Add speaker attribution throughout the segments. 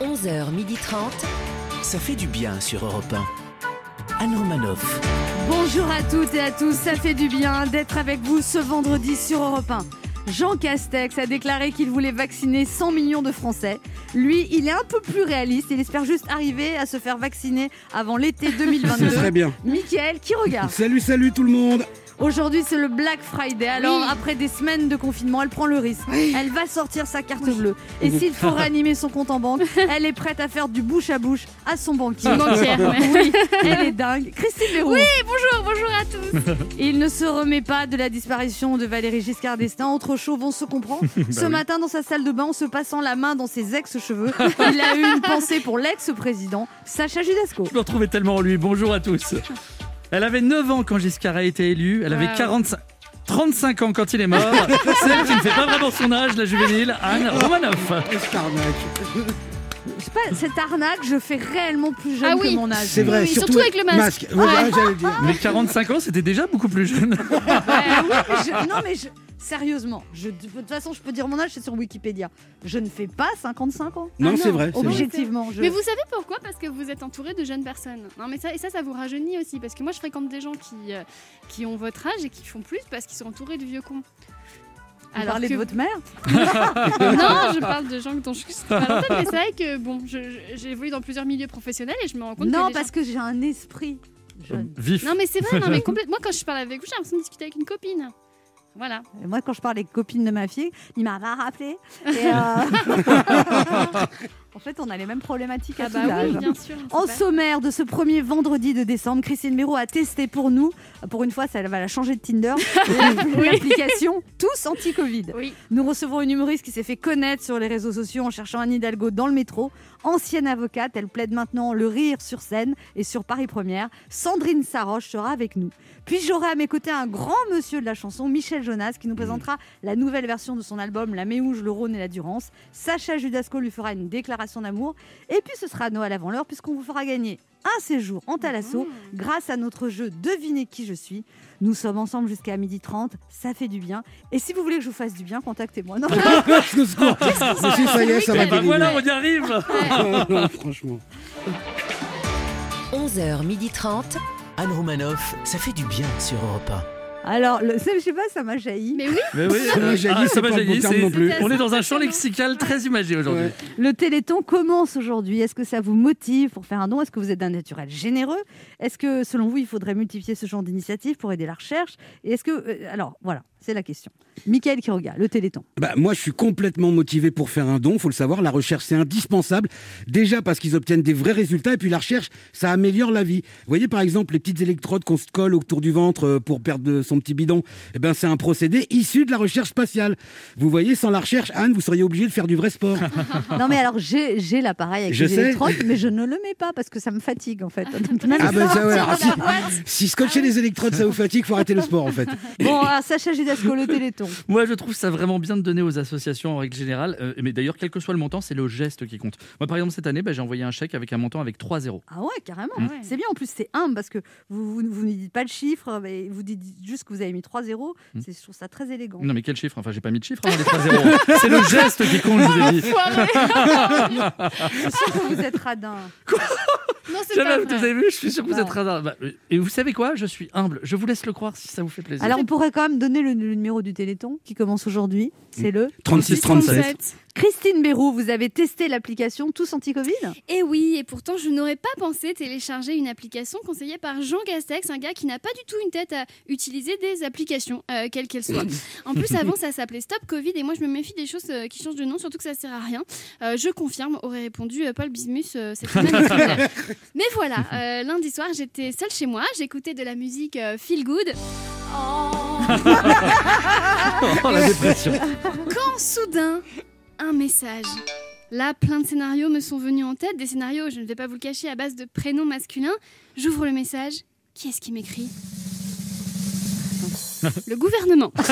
Speaker 1: 11h30.
Speaker 2: Ça fait du bien sur Europe 1. Anne Romanoff.
Speaker 3: Bonjour à toutes et à tous, ça fait du bien d'être avec vous ce vendredi sur Europe 1. Jean Castex a déclaré qu'il voulait vacciner 100 millions de Français. Lui, il est un peu plus réaliste, il espère juste arriver à se faire vacciner avant l'été 2022.
Speaker 4: Ce serait bien.
Speaker 3: Mickaël, qui regarde
Speaker 4: Salut, salut tout le monde
Speaker 3: Aujourd'hui, c'est le Black Friday. Alors, après des semaines de confinement, elle prend le risque. Elle va sortir sa carte bleue. Et s'il faut réanimer son compte en banque, elle est prête à faire du bouche à bouche à son banquier.
Speaker 5: Son banquière, ouais.
Speaker 3: Oui, elle est dingue. Christine Leroux.
Speaker 5: Oui, bonjour, bonjour à tous.
Speaker 3: Il ne se remet pas de la disparition de Valérie Giscard d'Estaing. Entre chauves, on se comprend.
Speaker 5: Bah
Speaker 3: Ce matin, dans sa salle de bain, en se passant la main dans ses ex-cheveux, il a eu une pensée pour l'ex-président, Sacha Judasco.
Speaker 6: Je me retrouvais tellement en lui. Bonjour à tous. Elle avait 9 ans quand Giscard a été élu. Elle avait
Speaker 4: Ah.
Speaker 5: Wow.
Speaker 6: 45. 35 ans quand il est mort, celle qui ne fait pas vraiment son âge, la juvénile Anne Romanoff.
Speaker 3: Je sais pas, cette arnaque, je fais réellement plus jeune
Speaker 5: Ah oui.
Speaker 3: que mon âge.
Speaker 4: C'est vrai,
Speaker 5: oui, surtout avec le masque.
Speaker 4: Ouais,
Speaker 5: Ouais.
Speaker 4: ouais, j'allais le dire.
Speaker 6: Mais 45 ans, c'était déjà beaucoup plus jeune.
Speaker 3: Ah oui, mais je- non mais je- sérieusement, je- de toute façon je peux dire mon âge, c'est sur Wikipédia. Je ne fais pas 55 ans. Ah
Speaker 4: Non, c'est vrai. c'est vrai.
Speaker 3: Objectivement, je...
Speaker 5: Mais vous savez pourquoi Parce que vous êtes entouré de jeunes personnes. Non, mais ça, et ça, ça vous rajeunit aussi. Parce que moi, je fréquente des gens qui, euh, qui ont votre âge et qui font plus parce qu'ils sont entourés de vieux cons.
Speaker 3: Vous parlez
Speaker 5: que-
Speaker 3: de votre mère
Speaker 5: Non, je parle de gens dont je suis pas lointaine, mais c'est vrai que bon, je- je- j'ai évolué dans plusieurs milieux professionnels et je me rends compte
Speaker 3: Non,
Speaker 5: que. les
Speaker 3: parce que j'ai un esprit jeune.
Speaker 6: Vif.
Speaker 5: gens- Non, mais c'est vrai, non, mais complètement. Moi, quand je parle avec vous, j'ai l'impression de discuter avec une copine. Voilà.
Speaker 3: Et moi, quand je parle avec copines de ma fille, il m'a pas rappelé. Et,
Speaker 5: Ah
Speaker 3: euh, en fait, on a les mêmes problématiques à
Speaker 5: Ah,
Speaker 3: tout
Speaker 5: bah
Speaker 3: âge.
Speaker 5: oui, bien sûr. c'est
Speaker 3: En
Speaker 5: pas-
Speaker 3: sommaire de ce premier vendredi de décembre, Christine Méro a testé pour nous, pour une fois, ça elle va la changer de Tinder, l'application Tous Anti-Covid.
Speaker 5: Oui.
Speaker 3: Nous recevons une humoriste qui s'est fait connaître sur les réseaux sociaux en cherchant Anne Hidalgo dans le métro. Ancienne avocate, elle plaide maintenant le rire sur scène et sur Paris Première. Sandrine Saroche sera avec nous. Puis j'aurai à mes côtés un grand monsieur de la chanson, Michel Jonas, qui nous présentera la nouvelle version de son album La Méouge, le Rhône et la Durance. Sacha Judasco lui fera une déclaration d'amour. Et puis ce sera Noël avant l'heure puisqu'on vous fera gagner un séjour en
Speaker 5: Mhm.
Speaker 3: Thalasso grâce à notre jeu Devinez qui je suis. Nous sommes ensemble jusqu'à 12h30, ça fait du bien. Et si vous voulez que je vous fasse du bien, contactez-moi. Non,
Speaker 4: Au secours. Si, ça y est, ça va
Speaker 6: Eh ben
Speaker 4: délivrer.
Speaker 6: voilà, on y arrive.
Speaker 4: Non, non, Franchement.
Speaker 1: 11h30.
Speaker 2: Anne Romanoff, ça fait du bien sur Europe
Speaker 3: Alors, le, je sais pas, ça m'a jailli.
Speaker 5: Mais oui,
Speaker 6: Mais oui,
Speaker 4: Ça m'a
Speaker 6: euh,
Speaker 4: jailli,
Speaker 6: ah,
Speaker 4: c'est
Speaker 6: ça m'a
Speaker 4: pas le bon
Speaker 6: jailli,
Speaker 4: terme
Speaker 6: c'est-
Speaker 4: non plus.
Speaker 6: On est dans un champ lexical très imagé aujourd'hui.
Speaker 4: Ouais.
Speaker 3: Le Téléthon commence aujourd'hui. Est-ce que ça vous motive pour faire un don Est-ce que vous êtes d'un naturel généreux Est-ce que, selon vous, il faudrait multiplier ce genre d'initiative pour aider la recherche Et est-ce que, euh, alors, voilà, c'est la question. Michael Quiroga, le Téléthon.
Speaker 4: Bah, moi, je suis complètement motivé pour faire un don. Faut le savoir, la recherche, c'est indispensable. Déjà parce qu'ils obtiennent des vrais résultats. Et puis, la recherche, ça améliore la vie. Vous voyez, par exemple, les petites électrodes qu'on se colle autour du ventre euh, pour perdre de- son petit bidon. Eh ben, c'est un procédé issu de la recherche spatiale. Vous voyez, sans la recherche, Anne, vous seriez obligé de faire du vrai sport.
Speaker 3: Non, mais alors, j'ai j'ai l'appareil avec
Speaker 4: Je
Speaker 3: les
Speaker 4: sais.
Speaker 3: électrodes, mais je ne le mets pas parce que ça me fatigue, en fait. Donc, même
Speaker 4: Ah, bah,
Speaker 3: sortir
Speaker 4: ça, ouais,
Speaker 3: de
Speaker 4: alors,
Speaker 3: la
Speaker 4: si-
Speaker 3: boîte. Ah
Speaker 4: Si scotcher les électrodes, ça vous fatigue, faut arrêter le sport, en fait.
Speaker 3: Bon, alors, Sacha Judasco, le Téléthon.
Speaker 6: Moi, je trouve ça vraiment bien de donner aux associations en règle générale. euh, mais d'ailleurs, quel que soit le montant, c'est le geste qui compte. Moi, par exemple, cette année, bah, j'ai envoyé un chèque avec un montant avec 3 zéros.
Speaker 3: Ah ouais, carrément.
Speaker 6: Mm.
Speaker 5: Ah ouais.
Speaker 3: C'est bien, en plus c'est humble parce que vous, vous, vous ne dites pas le chiffre, mais vous dites juste que vous avez mis 3 zéros.
Speaker 6: Mm.
Speaker 3: C'est Je trouve ça très élégant.
Speaker 6: Non, mais quel chiffre Enfin, j'ai pas mis de chiffre avant les 3 zéros. C'est le geste qui compte, je vous ai dit.
Speaker 3: Ah, Je suis sûre que vous êtes radin.
Speaker 5: non, c'est
Speaker 6: Jamais,
Speaker 5: pas
Speaker 6: vous
Speaker 5: vrai.
Speaker 6: avez vu, je suis sûr que vous
Speaker 3: Non.
Speaker 6: êtes radin. Bah, euh, et vous savez quoi Je suis humble. Je vous laisse le croire si ça vous fait plaisir.
Speaker 3: Alors on pourrait quand même donner le, le numéro du Téléthon qui commence aujourd'hui. C'est le.
Speaker 4: 36, 37.
Speaker 3: Christine Béroux, vous avez testé l'application Tous Anti-Covid
Speaker 5: Et Eh oui, et pourtant je n'aurais pas pensé télécharger une application conseillée par Jean Castex, un gars qui n'a pas du tout une tête à utiliser des applications, euh, quelles qu'elles soient. En plus, avant ça s'appelait Stop Covid, et moi je me méfie des choses euh, qui changent de nom, surtout que ça sert à rien. Euh, je confirme, aurait répondu euh, Paul Bismus euh, cette semaine. sur Twitter. Mais voilà, euh, lundi soir j'étais seule chez moi, j'écoutais de la musique euh, Feel Good.
Speaker 6: Oh, la dépression.
Speaker 5: Quand soudain, un message. Là, plein de scénarios me sont venus en tête, des scénarios, je ne vais pas vous le cacher, à base de prénoms masculins. J'ouvre le message. Qui est-ce qui m'écrit le gouvernement pour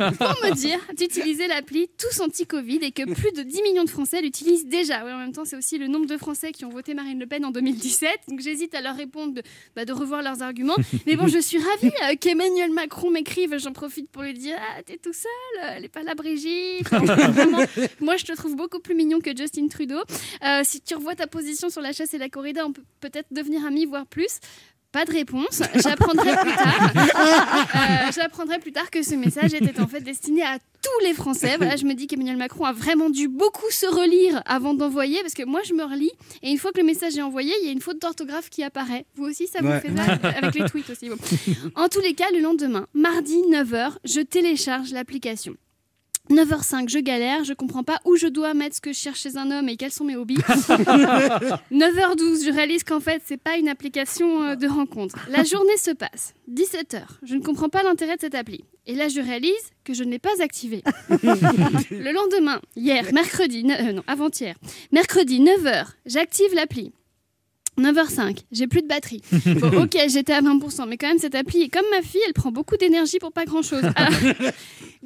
Speaker 5: me dire d'utiliser l'appli Tous Anti-Covid et que plus de 10 millions de Français l'utilisent déjà. Ouais, en même temps, c'est aussi le nombre de Français qui ont voté Marine Le Pen en 2017. Donc j'hésite à leur répondre de, bah, de revoir leurs arguments. Mais bon, je suis ravie euh, qu'Emmanuel Macron m'écrive. J'en profite pour lui dire Ah, t'es tout seul, euh, elle est pas là, Brigitte. Vraiment, moi, je te trouve beaucoup plus mignon que Justin Trudeau. Euh, si tu revois ta position sur la chasse et la corrida, on peut peut-être devenir amis, voire plus. Pas de réponse. J'apprendrai plus tard. Euh, J'apprendrai plus tard que ce message était en fait destiné à tous les Français. Voilà, je me dis qu'Emmanuel Macron a vraiment dû beaucoup se relire avant d'envoyer, parce que moi je me relis et une fois que le message est envoyé, il y a une faute d'orthographe qui apparaît. Vous aussi, ça vous
Speaker 4: Ouais.
Speaker 5: fait ça avec les tweets aussi. bon. En tous les cas, le lendemain, mardi 9h, je télécharge l'application. 9h05, je galère, je comprends pas où je dois mettre ce que je cherche chez un homme et quels sont mes hobbies. 9h12, je réalise qu'en fait, c'est pas une application euh, de rencontre. La journée se passe. 17h, je ne comprends pas l'intérêt de cette appli. Et là, je réalise que je ne l'ai pas activée. Le lendemain, hier, mercredi, ne- euh, non, avant-hier, mercredi 9h, j'active l'appli. 9h05, j'ai plus de batterie. Bon, ok, j'étais à 20%, mais quand même, cette appli, est comme ma fille, elle prend beaucoup d'énergie pour pas grand-chose. Ah. Alors,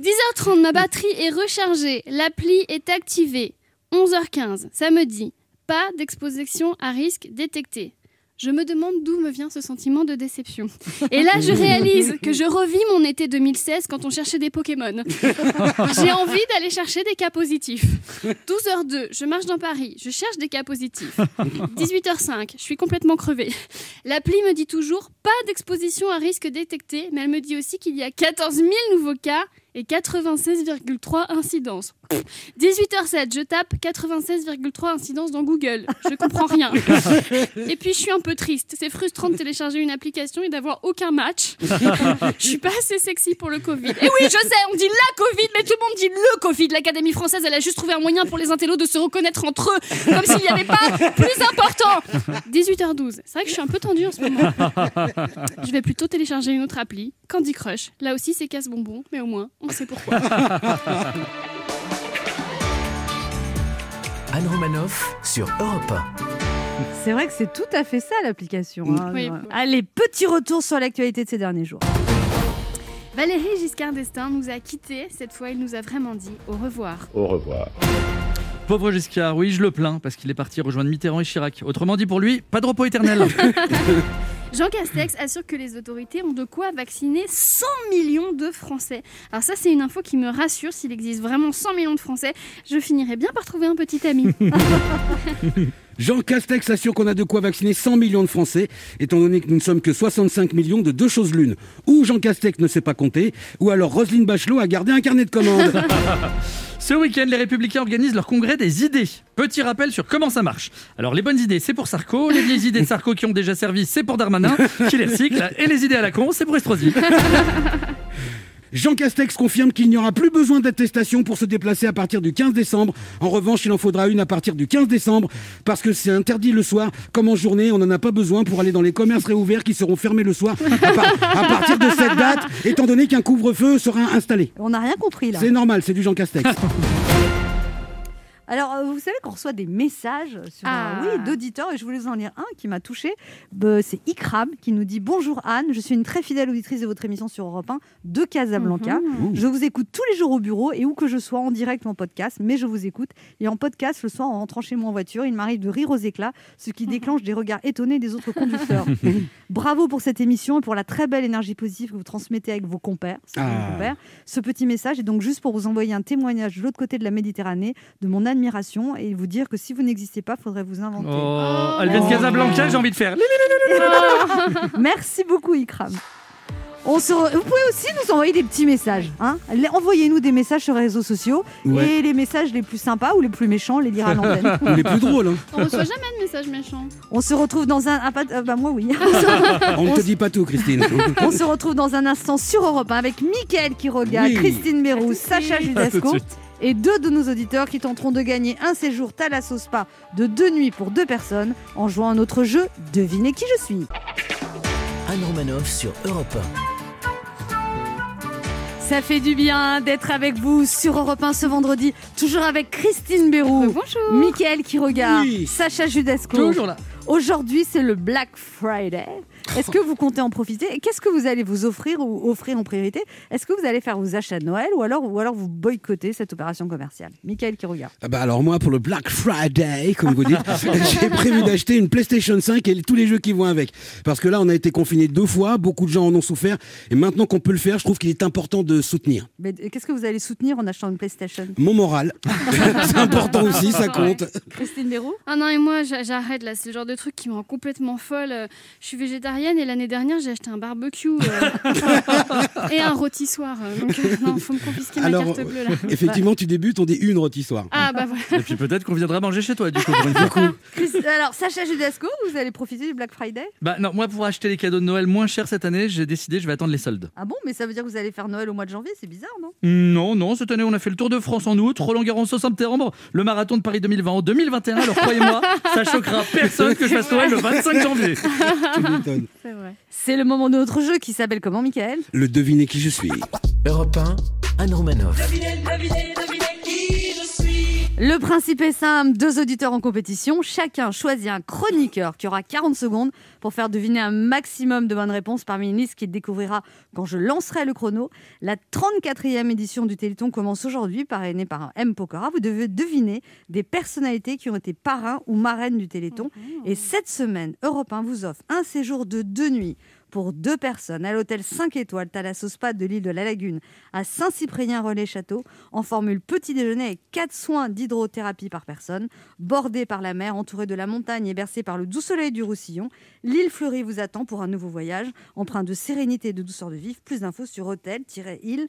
Speaker 5: 10h30, ma batterie est rechargée, l'appli est activée. 11h15, ça me dit pas d'exposition à risque détectée. Je me demande d'où me vient ce sentiment de déception. Et là, je réalise que je revis mon été 2016 quand on cherchait des Pokémon. J'ai envie d'aller chercher des cas positifs. 12h02, je marche dans Paris, je cherche des cas positifs. 18h05, je suis complètement crevée. L'appli me dit toujours pas d'exposition à risque détecté, mais elle me dit aussi qu'il y a 14 000 nouveaux cas et 96,3 incidences. 18h07, je tape 96,3 incidences dans Google. Je comprends rien. Et puis je suis un peu triste. C'est frustrant de télécharger une application et d'avoir aucun match. Je suis pas assez sexy pour le Covid. Et oui, je sais, on dit la Covid, mais tout le monde dit le Covid. L'Académie française, elle a juste trouvé un moyen pour les intellos de se reconnaître entre eux, comme s'il n'y avait pas plus important. 18h12. C'est vrai que je suis un peu tendue en ce moment. Je vais plutôt télécharger une autre appli, Candy Crush. Là aussi, c'est casse-bonbon, mais au moins, on sait pourquoi.
Speaker 2: Anne Romanoff sur Europe 1.
Speaker 3: C'est vrai que c'est tout à fait ça l'application. hein.
Speaker 5: Oui.
Speaker 3: Allez, petit retour sur l'actualité de ces derniers jours.
Speaker 5: Valérie Giscard d'Estaing nous a quittés. Cette fois, il nous a vraiment dit au revoir.
Speaker 7: Au revoir.
Speaker 6: Pauvre Giscard, oui, je le plains parce qu'il est parti rejoindre Mitterrand et Chirac. Autrement dit, pour lui, pas de repos éternel.
Speaker 5: Jean Castex assure que les autorités ont de quoi vacciner 100 millions de Français. Alors ça, c'est une info qui me rassure. S'il existe vraiment 100 millions de Français, je finirai bien par trouver un petit ami. Ah,
Speaker 4: Jean Castex assure qu'on a de quoi vacciner 100 millions de Français, étant donné que nous ne sommes que 65 millions de deux choses l'une. Ou Jean Castex ne sait pas compter, ou alors Roselyne Bachelot a gardé un carnet de commandes.
Speaker 6: Ce week-end, les Républicains organisent leur congrès des idées. Petit rappel sur comment ça marche. Alors, les bonnes idées, c'est pour Sarko. Les vieilles idées de Sarko qui ont déjà servi, c'est pour Darmanin, qui les recycle. Et les idées à la con, c'est pour Estrosi.
Speaker 4: Jean Castex confirme qu'il n'y aura plus besoin d'attestation pour se déplacer à partir du 15 décembre. En revanche, il en faudra une à partir du 15 décembre parce que c'est interdit le soir. Comme en journée, on n'en a pas besoin pour aller dans les commerces réouverts qui seront fermés le soir à, par- à partir de cette date, étant donné qu'un couvre-feu sera installé.
Speaker 3: On n'a rien compris là.
Speaker 4: C'est normal, c'est du Jean Castex.
Speaker 3: Alors, euh, vous savez qu'on reçoit des messages sur, euh,
Speaker 5: Ah.
Speaker 3: oui, d'auditeurs, et je voulais vous en lire un qui m'a touché. C'est Ikram qui nous dit Bonjour Anne, je suis une très fidèle auditrice de votre émission sur Europe 1 de Casablanca. Je vous écoute tous les jours au bureau et où que je sois, en direct ou en podcast, mais je vous écoute. Et en podcast, le soir, en rentrant chez moi en voiture, il m'arrive de rire aux éclats, ce qui déclenche des regards étonnés des autres conducteurs. Bravo pour cette émission et pour la très belle énergie positive que vous transmettez avec vos compères. ceux qui sont
Speaker 4: Ah.
Speaker 3: vos compères. Ce petit message est donc juste pour vous envoyer un témoignage de l'autre côté de la Méditerranée de mon admiration et vous dire que si vous n'existez pas, faudrait vous inventer.
Speaker 6: Oh, elle vient de Casablanca, j'ai envie de faire.
Speaker 3: Merci beaucoup, Ikram. On se re- Vous pouvez aussi nous envoyer des petits messages. Hein Les- Envoyez-nous des messages sur les réseaux sociaux
Speaker 4: Ouais.
Speaker 3: et les messages les plus sympas ou les plus méchants, on les lire à l'antenne.
Speaker 4: Il est plus drôle. Hein.
Speaker 5: On reçoit jamais de message méchant.
Speaker 3: On se retrouve dans un. ah, pas- euh, bah, moi, oui.
Speaker 4: On ne te dit pas tout, Christine.
Speaker 3: On se retrouve dans un instant sur Europe 1 avec Mickaël Quiroga,
Speaker 4: Oui.
Speaker 3: Christine Mérou,
Speaker 5: À tout de
Speaker 3: Sacha
Speaker 5: suite.
Speaker 6: À tout de
Speaker 3: Judasco
Speaker 6: suite.
Speaker 3: et deux de nos auditeurs qui tenteront de gagner un séjour Thalasso Spa de deux nuits pour deux personnes en jouant à notre jeu Devinez qui je suis.
Speaker 2: Anne Romanoff sur Europe
Speaker 3: Ça fait du bien d'être avec vous sur Europe 1 ce vendredi, toujours avec Christine Bérou,
Speaker 5: Bonjour.
Speaker 3: Mickaël Quiroga,
Speaker 4: Oui.
Speaker 3: Sacha Judasco.
Speaker 6: Toujours là.
Speaker 3: Aujourd'hui, c'est le Black Friday. Est-ce que vous comptez en profiter Et qu'est-ce que vous allez vous offrir ou offrir en priorité Est-ce que vous allez faire vos achats de Noël ou alors, ou alors vous boycottez cette opération commerciale Michael qui regarde.
Speaker 4: Ah bah alors moi pour le Black Friday comme vous dites, j'ai prévu d'acheter une PlayStation 5 et tous les jeux qui vont avec. Parce que là on a été confinés deux fois, beaucoup de gens en ont souffert et maintenant qu'on peut le faire, je trouve qu'il est important de soutenir.
Speaker 3: Mais qu'est-ce que vous allez soutenir en achetant une PlayStation
Speaker 4: Mon moral, c'est important aussi, ça compte.
Speaker 3: Christine Béroux
Speaker 5: Ah non, et moi, j'a- j'arrête là. C'est le genre de truc qui me rend complètement folle. Euh, Je suis végétarienne et l'année dernière, j'ai acheté un barbecue euh, et un rôti soir. Euh, Donc, euh, non, faut me confisquer ma
Speaker 4: Alors,
Speaker 5: carte bleue là.
Speaker 6: euh,
Speaker 4: Effectivement, tu débutes, on dit une rôtissoire.
Speaker 5: Ah bah voilà.
Speaker 6: Et puis peut-être qu'on viendra manger chez toi, du coup. pour une fois.
Speaker 3: Christ- Alors, Sacha Judasco, vous allez profiter du Black Friday
Speaker 6: Bah non, moi pour acheter les cadeaux de Noël moins chers cette année, j'ai décidé je vais attendre les soldes.
Speaker 3: Ah bon, mais ça veut dire que vous allez faire Noël au mois de janvier, c'est bizarre, non
Speaker 6: Non, non, cette année on a fait le Tour de France en août, Roland Garros en septembre, le marathon de Paris 2020 en 2021. Alors croyez-moi, ça choquera personne que je fasse Noël le 25 janvier.
Speaker 4: Tu m'étonnes.
Speaker 5: C'est vrai.
Speaker 3: C'est le moment de notre jeu qui s'appelle comment, Michael
Speaker 4: Le deviner qui je suis.
Speaker 2: Europe 1, Anne Romanoff.
Speaker 3: Le principe est simple, deux auditeurs en compétition, chacun choisit un chroniqueur qui aura 40 secondes pour faire deviner un maximum de bonnes réponses parmi une liste qu'il découvrira quand je lancerai le chrono. La 34e édition du Téléthon commence aujourd'hui, parrainée par un M. Pokora. Vous devez deviner des personnalités qui ont été parrains ou marraines du Téléthon. Et cette semaine, Europe 1 vous offre un séjour de deux nuits pour deux personnes à l'hôtel 5 étoiles Thalasso Spa de l'île de la Lagune à Saint-Cyprien-Relais-Château en formule petit déjeuner avec 4 soins d'hydrothérapie par personne, bordé par la mer, entouré de la montagne et bercé par le doux soleil du Roussillon. L'île fleurie vous attend pour un nouveau voyage empreint de sérénité et de douceur de vivre. Plus d'infos sur hôtel-île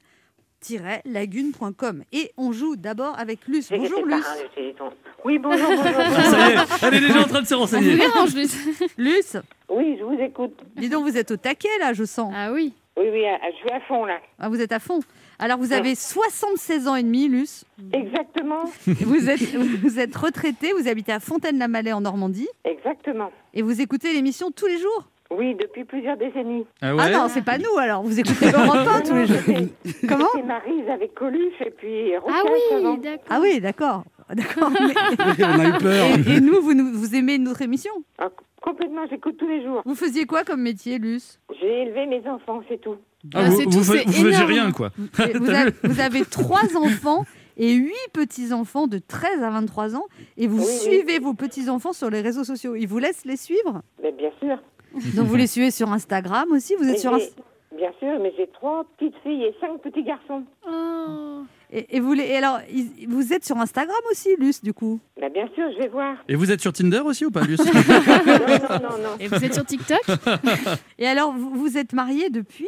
Speaker 3: lagune.com et on joue d'abord avec Luce.
Speaker 7: J'ai
Speaker 3: Bonjour
Speaker 7: été
Speaker 3: Luce.
Speaker 7: parrain du Téléthon. Oui, bonjour, bonjour.
Speaker 6: Ça y
Speaker 7: bonjour.
Speaker 6: est, elle est déjà en train de se
Speaker 5: Ça vous
Speaker 6: renseigner.
Speaker 5: dérange, Luc
Speaker 3: Luce,
Speaker 7: Oui, je vous écoute.
Speaker 3: dis donc vous êtes au taquet là, je sens.
Speaker 5: Ah oui.
Speaker 7: Oui, oui, à- je suis à fond là.
Speaker 3: Ah, vous êtes à fond. Alors, vous avez 76 ans et demi, Luce.
Speaker 7: Exactement,
Speaker 3: Vous êtes, vous êtes retraité, vous habitez à Fontaine-la-Mallet en Normandie
Speaker 7: exactement.
Speaker 3: et vous écoutez l'émission tous les jours.
Speaker 7: Oui, depuis plusieurs décennies.
Speaker 6: Ah
Speaker 3: Ah non, c'est pas nous alors, vous écoutez Europe 1 tous les jours. Comment
Speaker 7: C'est Marise avec Coluche et puis Rocaille
Speaker 5: Ah
Speaker 7: avant.
Speaker 5: oui, d'accord.
Speaker 3: Ah oui, d'accord. D'accord. mais-
Speaker 4: On a eu peur.
Speaker 3: Et, et nous, vous, nous- vous aimez notre émission
Speaker 7: Ah, complètement, j'écoute tous les jours.
Speaker 3: Vous faisiez quoi comme métier, Luce
Speaker 7: J'ai élevé mes enfants, c'est tout.
Speaker 6: Ah,
Speaker 5: Ah,
Speaker 6: vous,
Speaker 5: c'est
Speaker 6: vous
Speaker 5: tout,
Speaker 6: fa-
Speaker 5: c'est
Speaker 6: vous faisiez
Speaker 5: énorme.
Speaker 6: rien quoi.
Speaker 3: vous, vous
Speaker 6: T'as
Speaker 3: avez,
Speaker 6: vu
Speaker 3: vous avez trois enfants et huit petits-enfants de 13 à 23 ans et vous
Speaker 7: Oui, oui.
Speaker 3: suivez vos petits-enfants sur les réseaux sociaux. Ils vous laissent les suivre
Speaker 7: Mais bien sûr.
Speaker 3: Donc vous les suivez sur Instagram aussi Vous êtes
Speaker 7: Mais
Speaker 3: sur Inst-
Speaker 7: j'ai- Bien sûr, mais j'ai trois petites filles et cinq petits garçons.
Speaker 5: Oh.
Speaker 3: Ah. et, et vous les- et alors ils- vous êtes sur Instagram aussi, Luce, du coup
Speaker 7: Mais bien sûr, je vais voir.
Speaker 6: Et vous êtes sur Tinder aussi ou pas, Luce
Speaker 7: Non, non, non, non.
Speaker 5: Et vous êtes sur TikTok
Speaker 3: Et alors vous, vous êtes mariés depuis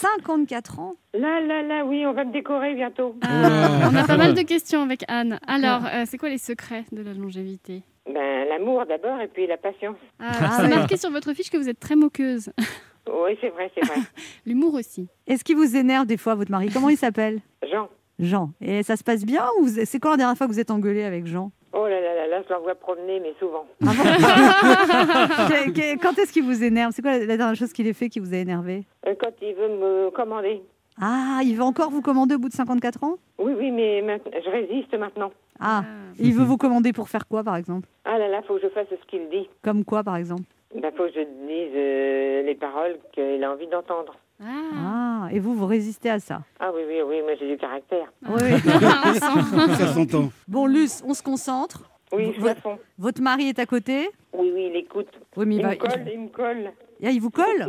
Speaker 3: 54 ans
Speaker 7: Là, là, là, oui, on va me décorer bientôt.
Speaker 5: Ah, On a pas mal de questions avec Anne. Alors, euh, c'est quoi les secrets de la longévité
Speaker 7: Ah. Ben, l'amour d'abord et puis la patience.
Speaker 5: ah,
Speaker 3: Ah,
Speaker 5: C'est
Speaker 3: ouais.
Speaker 5: marqué sur votre fiche que vous êtes très moqueuse.
Speaker 7: Oui, c'est vrai, c'est vrai.
Speaker 5: L'humour aussi.
Speaker 3: Est-ce qu'il vous énerve des fois votre mari Comment il s'appelle
Speaker 7: Jean.
Speaker 3: Jean. Et ça se passe bien ou vous- c'est quand la dernière fois que vous êtes engueulé avec Jean
Speaker 7: Oh là là là là, je l'envoie promener, mais souvent.
Speaker 3: Ah bon Que- que- Quand est-ce qu'il vous énerve C'est quoi la, la dernière chose qu'il ait fait qui vous a énervé
Speaker 7: Euh, Quand il veut me commander.
Speaker 3: Ah, il veut encore vous commander au bout de 54 ans
Speaker 7: Oui, oui, mais maintenant- je résiste maintenant.
Speaker 3: Ah, il veut vous commander pour faire quoi par exemple
Speaker 7: Ah là là, faut que je fasse ce qu'il dit.
Speaker 3: Comme quoi par exemple
Speaker 7: Il faut que je dise euh, les paroles qu'il a envie d'entendre.
Speaker 5: Ah.
Speaker 3: Ah, et vous, vous résistez à ça
Speaker 7: Ah oui, oui, oui, moi j'ai du caractère.
Speaker 3: Oui, oui.
Speaker 5: On sent.
Speaker 4: Ça s'entend.
Speaker 3: Bon, Luce, on se concentre.
Speaker 7: Oui, je suis à fond.
Speaker 3: Votre mari est à côté.
Speaker 7: Oui, oui, il écoute.
Speaker 3: Oui, mais
Speaker 7: Il
Speaker 3: il, va-
Speaker 7: me colle, il me colle.
Speaker 3: Ah, il vous colle.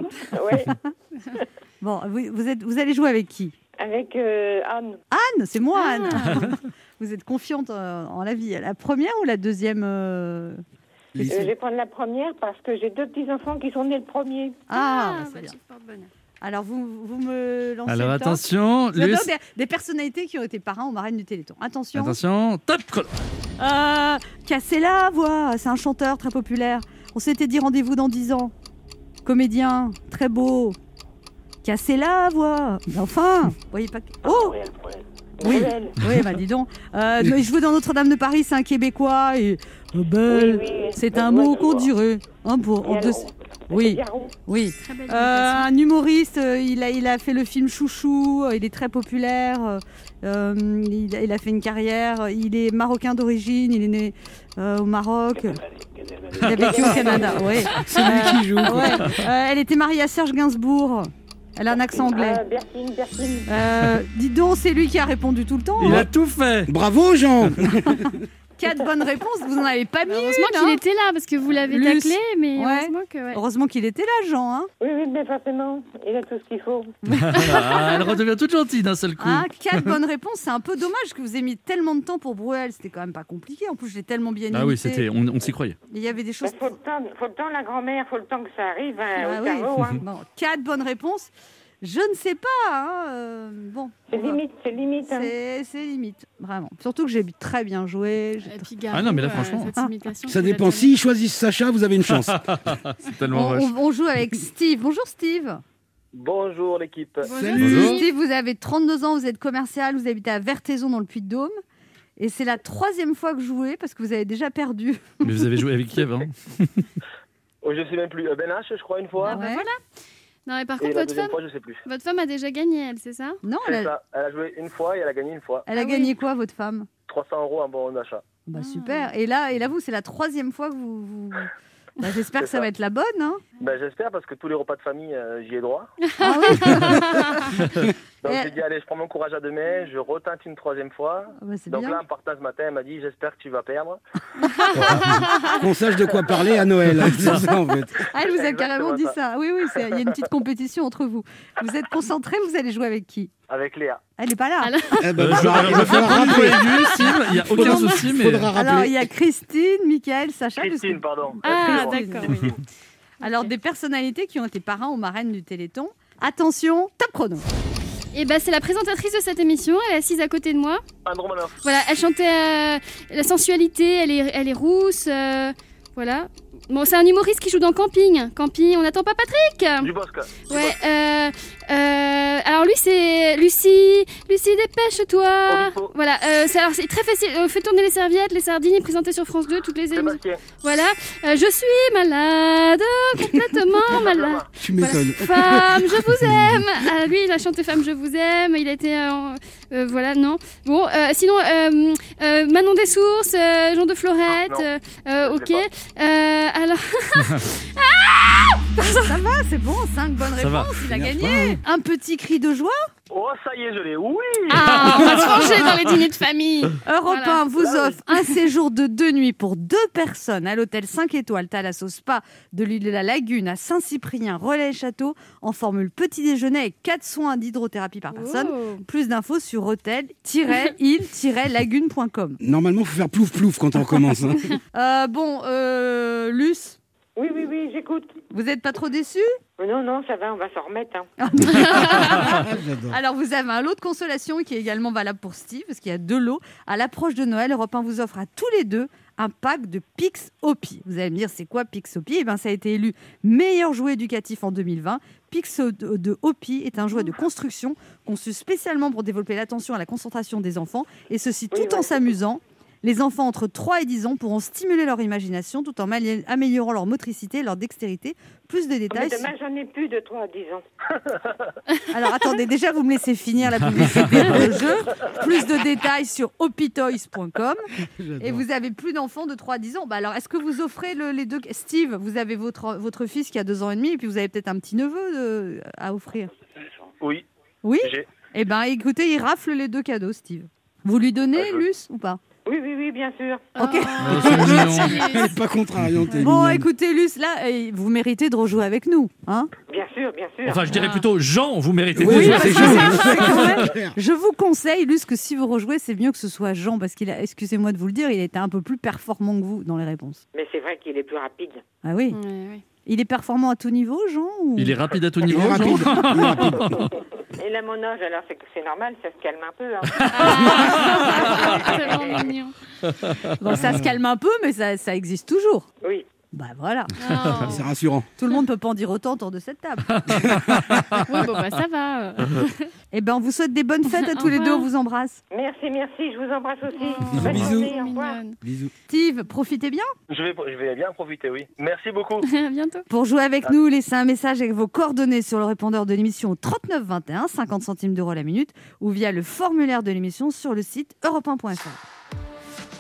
Speaker 7: Ouais,
Speaker 3: Bon, vous, vous êtes, vous allez jouer avec qui
Speaker 7: avec euh, Anne.
Speaker 3: Anne, c'est moi,
Speaker 5: Ah.
Speaker 3: Anne. vous êtes confiante euh, en la vie. La première ou la deuxième euh,
Speaker 7: Euh, je vais prendre la première parce que j'ai deux petits-enfants qui sont nés le premier.
Speaker 3: Ah, bah, c'est
Speaker 5: bah,
Speaker 3: bien.
Speaker 5: tu portes bonheur.
Speaker 3: Alors, vous, vous me lancez.
Speaker 6: Alors
Speaker 3: le temps.
Speaker 6: attention,
Speaker 3: Il y a
Speaker 6: Luce.
Speaker 3: donc des, des personnalités qui ont été parrains ou marraines du Téléthon. Attention.
Speaker 6: Attention, top chrono.
Speaker 3: Euh, Cassez la voix, c'est un chanteur très populaire. On s'était dit rendez-vous dans 10 ans. Comédien, très beau. Cassez la voix. Mais enfin, vous voyez pas. que- Oh
Speaker 7: Bruel, Bruel.
Speaker 3: Oui.
Speaker 7: Bruel.
Speaker 3: Oui, bah dis donc. Euh, non, il joue dans Notre-Dame de Paris, c'est un Québécois. Et... Oh, belle.
Speaker 7: Oui, oui.
Speaker 3: C'est
Speaker 7: Mais
Speaker 3: un
Speaker 7: moi,
Speaker 3: mot
Speaker 7: je
Speaker 3: qu'on
Speaker 7: vois.
Speaker 3: dirait. hein, pour, en
Speaker 7: Et
Speaker 3: deux-
Speaker 7: alors
Speaker 3: Oui,
Speaker 7: Garou.
Speaker 3: oui.
Speaker 5: Très belle
Speaker 3: Euh,
Speaker 5: imitation.
Speaker 3: un humoriste, euh, il a, il a fait le film Chouchou, euh, il est très populaire, euh, euh, il, a- il a fait une carrière, euh, il est marocain d'origine, il est né euh, au Maroc. Elle a vécu au Canada, oui.
Speaker 4: C'est lui qui joue. quoi.
Speaker 3: Ouais. Euh, elle était mariée à Serge Gainsbourg. Elle a un accent anglais.
Speaker 7: Ah, Bertine, Bertine.
Speaker 3: Euh, dis donc, c'est lui qui a répondu tout le temps.
Speaker 6: Il
Speaker 3: hein.
Speaker 6: a tout fait.
Speaker 4: Bravo, Jean
Speaker 3: Quatre bonnes réponses, vous n'en avez pas mis.
Speaker 5: Heureusement
Speaker 3: une,
Speaker 5: qu'il
Speaker 3: hein.
Speaker 5: était là parce que vous l'avez
Speaker 3: Luce.
Speaker 5: taclé, mais
Speaker 3: Ouais.
Speaker 5: heureusement que. ouais.
Speaker 3: Heureusement qu'il était là, Jean. Hein.
Speaker 7: Oui, oui, mais forcément, il a tout ce qu'il faut.
Speaker 6: Ah, elle redevient toute gentille d'un seul coup.
Speaker 3: Ah, quatre bonnes réponses, c'est un peu dommage que vous ayez mis tellement de temps pour Bruel. C'était quand même pas compliqué. En plus, je l'ai tellement bien
Speaker 6: Ah
Speaker 3: imité.
Speaker 6: oui, c'était, on, on s'y croyait.
Speaker 3: Il y avait des choses.
Speaker 7: Il faut le temps, faut le temps la grand-mère, faut le temps que ça arrive hein,
Speaker 3: Ah
Speaker 7: au
Speaker 3: oui.
Speaker 7: cerveau. hein.
Speaker 3: Bon, quatre bonnes réponses. Je ne sais pas. hein, euh, Bon,
Speaker 7: C'est limite, c'est limite. hein.
Speaker 3: c'est c'est limite, vraiment. Surtout que j'ai très bien joué. j'ai
Speaker 5: Et
Speaker 3: très-
Speaker 5: puis Garou,
Speaker 6: Ah non, mais là,
Speaker 5: euh,
Speaker 6: franchement.
Speaker 5: cette imitation,
Speaker 4: Ça
Speaker 5: tu l'as
Speaker 4: dépend.
Speaker 5: tellement-
Speaker 4: S'ils choisissent Sacha, vous avez une chance.
Speaker 6: C'est
Speaker 3: On,
Speaker 6: tellement rush.
Speaker 3: on- on joue avec Steve. Bonjour Steve.
Speaker 8: Bonjour l'équipe.
Speaker 5: Bonjour,
Speaker 4: Salut.
Speaker 5: Steve.
Speaker 3: Steve, vous avez 32 ans, vous êtes commercial, vous habitez à Vertaison dans le Puy-de-Dôme. Et c'est la troisième fois que je jouais parce que vous avez déjà perdu.
Speaker 6: Mais vous avez joué avec Kiev, hein
Speaker 8: Oh, je sais même plus. Euh, Ben H, je crois, une
Speaker 5: Ah
Speaker 8: fois.
Speaker 5: bah
Speaker 3: Ouais.
Speaker 5: voilà. Non, mais par
Speaker 8: et
Speaker 5: contre,
Speaker 8: la
Speaker 5: votre
Speaker 8: deuxième
Speaker 5: femme,
Speaker 8: fois, je sais plus.
Speaker 5: votre femme a déjà gagné, elle, c'est ça
Speaker 3: Non,
Speaker 8: C'est
Speaker 3: elle a,
Speaker 8: ça. Elle a joué une fois et elle a gagné une fois.
Speaker 3: elle a
Speaker 5: Ah oui.
Speaker 3: gagné quoi, votre femme
Speaker 8: 300 euros en bon d'achat.
Speaker 3: Bah
Speaker 5: Ah.
Speaker 3: super. Et là, et là vous, c'est la troisième fois que vous. vous- Bah, J'espère
Speaker 8: C'est
Speaker 3: que ça
Speaker 8: ça.
Speaker 3: va être la bonne. hein.
Speaker 8: Ben, J'espère parce que tous les repas de famille, euh, j'y ai droit.
Speaker 3: Ah Eh. oui
Speaker 8: Donc
Speaker 3: Et-
Speaker 8: j'ai dit, allez, je prends mon courage à deux mains, je retente une troisième fois.
Speaker 3: Ah bah, C'est
Speaker 8: Donc
Speaker 3: bien.
Speaker 8: là, en partant ce matin, elle m'a dit, j'espère que tu vas perdre.
Speaker 4: Qu'on sache de quoi parler à Noël. hein, C'est ça, en fait.
Speaker 3: Ah, elle vous a
Speaker 8: Exactement
Speaker 3: carrément dit
Speaker 8: ça.
Speaker 3: ça. Oui, oui, c'est- il y a une petite compétition entre vous. Vous êtes concentrés, vous allez jouer avec qui
Speaker 8: Avec Léa.
Speaker 3: Elle n'est pas là.
Speaker 5: Ah, là.
Speaker 4: Eh ben,
Speaker 6: Euh, je-
Speaker 4: faudra-
Speaker 6: alors,
Speaker 4: il
Speaker 6: je
Speaker 4: va falloir
Speaker 6: prends du
Speaker 4: rappeler.
Speaker 6: Coelho, Sim, Il n'y a aucun souci, mais.
Speaker 4: Faudra
Speaker 3: Alors, il
Speaker 4: rappeler.
Speaker 3: y a Christine, Michael, Sacha. puisque-
Speaker 8: Christine, pardon.
Speaker 5: Ah,
Speaker 8: Excusez-moi.
Speaker 5: d'accord. oui.
Speaker 3: Alors, des personnalités qui ont été parrains ou marraines du Téléthon. Attention, top chrono.
Speaker 5: Et bah, c'est la présentatrice de cette émission, elle est assise à côté de moi.
Speaker 8: Andromanov.
Speaker 5: Voilà, elle chantait euh, la sensualité, elle est, elle est rousse. euh, voilà. Bon, c'est un humoriste qui joue dans Camping. Camping, on n'attend pas Patrick
Speaker 8: Du Bosque.
Speaker 5: Ouais, euh, euh, alors lui c'est Lucie, Lucie dépêche-toi.
Speaker 8: Olipo.
Speaker 5: Voilà, euh, c'est alors, c'est très facile, Euh, fais tourner les serviettes, les sardines, présenté sur France 2 toutes les émissions.
Speaker 8: Sébastien.
Speaker 5: Voilà, Euh, je suis malade, complètement malade.
Speaker 4: Tu m'étonnes.
Speaker 5: Femme, je vous aime. Ah, lui, il a chanté Femme, je vous aime. Il a été, euh, en- euh, voilà, non. Bon, euh, sinon, euh, euh, Manon des Sources, euh, Jean de
Speaker 8: Ah,
Speaker 5: Florette.
Speaker 8: Non,
Speaker 5: euh, euh,
Speaker 8: je
Speaker 5: ok.
Speaker 8: l'ai
Speaker 5: Euh, alors,
Speaker 7: Oh,
Speaker 3: Ça va, c'est bon, 5 bonnes
Speaker 6: Ça va.
Speaker 3: réponses, il a gagné. Un petit cri de joie.
Speaker 8: Oh, ça y est, je l'ai. Oui
Speaker 5: ah, on va se ranger dans les dîners de famille.
Speaker 3: Europe
Speaker 5: Voilà.
Speaker 3: 1 vous offre un séjour de deux nuits pour deux personnes à l'hôtel 5 étoiles Thalasso Spa de l'île de la Lagune à Saint-Cyprien, Relais-Château, en formule petit déjeuner avec 4 soins d'hydrothérapie par personne.
Speaker 5: Oh.
Speaker 3: Plus d'infos sur hôtel-île-lagune.com.
Speaker 4: Normalement, faut faire plouf plouf quand on commence. hein.
Speaker 3: Euh, bon, euh, Luce,
Speaker 7: Oui, oui, oui, j'écoute.
Speaker 3: vous n'êtes pas trop déçue
Speaker 7: Mais Non, non, ça va, on va s'en remettre. hein.
Speaker 4: J'adore.
Speaker 3: Alors, vous avez un lot de consolation qui est également valable pour Steve, parce qu'il y a deux lots. À l'approche de Noël, Europe 1 vous offre à tous les deux un pack de Pix Hopi. Vous allez me dire, c'est quoi Pix Hopi Eh bien, ça a été élu meilleur jouet éducatif en 2020. Pix de Hopi est un jouet de construction conçu spécialement pour développer l'attention à la concentration des enfants, et ceci tout en
Speaker 7: ouais.
Speaker 3: s'amusant. Les enfants entre 3 et 10 ans pourront stimuler leur imagination tout en mali- améliorant leur motricité et leur dextérité. Plus de
Speaker 7: Oh, Mais
Speaker 3: détails. sur-
Speaker 7: demain, j'en ai plus de 3 à 10 ans.
Speaker 3: alors attendez, déjà vous me laissez finir la publicité pour le jeu. Plus de détails sur opitoys.com. Et vous avez plus d'enfants de 3 à 10 ans. Bah alors est-ce que vous offrez le- les deux Steve, vous avez votre, votre fils qui a 2 ans et demi et puis vous avez peut-être un petit neveu de- à offrir.
Speaker 8: Oui,
Speaker 3: Oui
Speaker 8: j'ai.
Speaker 3: Eh ben écoutez, il rafle les deux cadeaux Steve. Vous lui donnez,
Speaker 8: Ah, je-
Speaker 3: Luce, ou pas
Speaker 7: Oui, oui, oui, bien sûr.
Speaker 3: Ok.
Speaker 5: Oh,
Speaker 6: Ah, c'est mignon.
Speaker 5: Lucie.
Speaker 4: Elle est pas contrariante. elle est
Speaker 3: Bon,
Speaker 4: mignonne.
Speaker 3: écoutez, Luce, là, eh, vous méritez de rejouer avec nous. Hein
Speaker 7: Bien sûr, bien sûr.
Speaker 6: Enfin, je dirais plutôt Jean, vous méritez
Speaker 4: Oui,
Speaker 6: déjà.
Speaker 4: parce que
Speaker 3: c'est quand
Speaker 4: C'est clair.
Speaker 3: Je vous conseille, Luce, que si vous rejouez, c'est mieux que ce soit Jean, parce qu'il a, excusez-moi de vous le dire, il était un peu plus performant que vous dans les réponses.
Speaker 7: Ah. Mais c'est vrai qu'il est plus rapide.
Speaker 3: Ah oui
Speaker 5: Ouais, ouais.
Speaker 3: Il est performant à tout niveau, Jean ou-
Speaker 6: Il est rapide à tout
Speaker 4: Il
Speaker 6: niveau,
Speaker 4: est
Speaker 6: Jean.
Speaker 4: rapide. Il est rapide.
Speaker 7: Et la mon âge, alors c'est c'est normal, ça se calme un peu. hein.
Speaker 5: Ah, c'est vraiment mignon.
Speaker 3: Bon, ça se calme un peu, mais ça, ça existe toujours.
Speaker 7: Oui.
Speaker 3: Bah voilà,
Speaker 5: Non.
Speaker 4: Ah. C'est rassurant.
Speaker 3: tout le monde peut pas en dire autant autour de cette table.
Speaker 5: Ouais, bon, bah, ça va.
Speaker 3: Eh ben, on vous souhaite des bonnes fêtes à tous les deux, on vous embrasse.
Speaker 7: Merci, merci, je vous embrasse aussi.
Speaker 5: Oh,
Speaker 7: Bonne
Speaker 4: Bisous.
Speaker 7: journée, au revoir.
Speaker 5: mignonne.
Speaker 4: Bisous.
Speaker 3: Steve, profitez bien.
Speaker 8: Je vais, je vais bien en profiter, oui. Merci beaucoup.
Speaker 5: À bientôt.
Speaker 3: Pour jouer avec nous, laissez un message avec vos coordonnées sur le répondeur de l'émission au 39 21, 50 centimes d'euros la minute, ou via le formulaire de l'émission sur le site europe1.fr.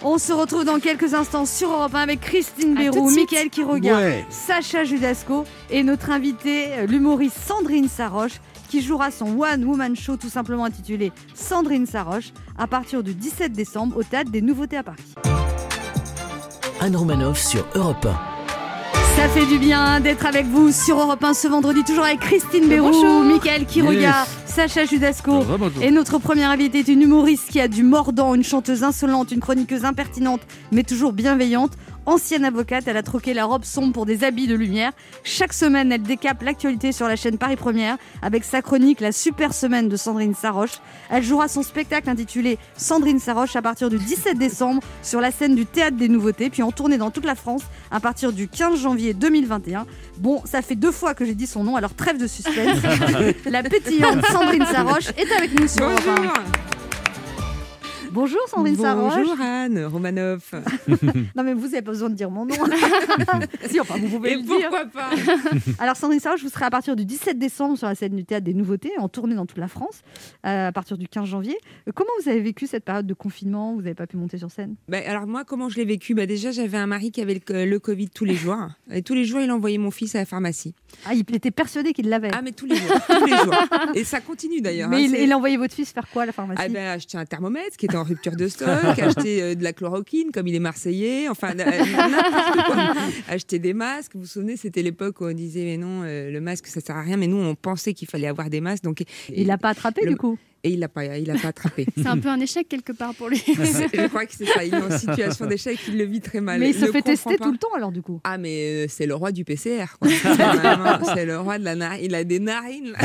Speaker 3: On se retrouve dans quelques instants sur Europe 1 avec Christine
Speaker 5: À tout
Speaker 3: Béroux,
Speaker 5: de suite.
Speaker 3: Mickaël Quiroga,
Speaker 4: Ouais.
Speaker 3: Sacha Judasco et notre invitée, euh, l'humoriste Sandrine Saroche, qui jouera son One Woman Show tout simplement intitulé Sandrine Saroche à partir du 17 décembre au Théâtre des Nouveautés à Paris.
Speaker 2: Anne Romanoff sur Europe 1.
Speaker 3: Ça fait du bien d'être avec vous sur Europe 1 ce vendredi, toujours avec Christine Béroux,
Speaker 5: Bonjour.
Speaker 3: Mickaël Quiroga,
Speaker 4: Yes.
Speaker 3: Sacha Judasco.
Speaker 6: Rebonjour.
Speaker 3: Et notre première invitée est une humoriste qui a du mordant, une chanteuse insolente, une chroniqueuse impertinente, mais toujours bienveillante. Ancienne avocate, elle a troqué la robe sombre pour des habits de lumière. Chaque semaine, elle décape l'actualité sur la chaîne Paris Première avec sa chronique La Super Semaine de Sandrine Saroche. Elle jouera son spectacle intitulé Sandrine Saroche à partir du 17 décembre sur la scène du Théâtre des Nouveautés, puis en tournée dans toute la France à partir du 15 janvier 2021. Bon, ça fait deux fois que j'ai dit son nom, alors trêve de suspense. la pétillante Sandrine Saroche est avec nous sur Europe 1. Bonjour Sandrine Saroche.
Speaker 9: Bonjour Anne Romanoff.
Speaker 3: Non mais vous n'avez pas besoin de dire mon nom. si, enfin vous pouvez
Speaker 9: Et
Speaker 3: le dire.
Speaker 9: pourquoi pas
Speaker 3: Alors Sandrine Saroche, vous serez à partir du 17 décembre sur la scène du théâtre des nouveautés, en tournée dans toute la France, euh, à partir du 15 janvier. Euh, Comment vous avez vécu cette période de confinement Vous n'avez pas pu monter sur scène
Speaker 9: Bah, Alors moi, comment je l'ai vécu bah, Déjà, j'avais un mari qui avait le, co- le Covid tous les jours. Et tous les jours, il envoyait mon fils à la pharmacie.
Speaker 3: Ah, il était persuadé qu'il l'avait.
Speaker 9: Ah, mais tous les jours. tous les jours. Et ça continue d'ailleurs. hein,
Speaker 3: mais il,
Speaker 9: c'est-
Speaker 3: il a envoyé votre fils faire quoi à la pharmacie
Speaker 9: Ah ben, acheter un thermomètre qui était en rupture de stock, acheter euh, de la chloroquine comme il est marseillais, enfin euh, n'importe quoi. acheter des masques. Vous vous souvenez, c'était l'époque où on disait mais non, euh, le masque ça sert à rien, mais nous on pensait qu'il fallait avoir des masques. Donc
Speaker 3: Il l'a pas attrapé
Speaker 9: le-
Speaker 3: du coup
Speaker 9: et il l'a pas, il l'a pas attrapé.
Speaker 5: C'est un peu un échec quelque part pour lui.
Speaker 9: Bah, C'est- je crois que c'est ça. Il est en situation d'échec, il le vit très mal.
Speaker 3: Mais il se
Speaker 9: ne
Speaker 3: fait
Speaker 9: comprend
Speaker 3: tester
Speaker 9: pas.
Speaker 3: tout le temps alors du coup.
Speaker 9: Ah mais euh, c'est le roi du PCR. quoi. C'est vraiment- C'est le roi de la narine. Il a des narines. là.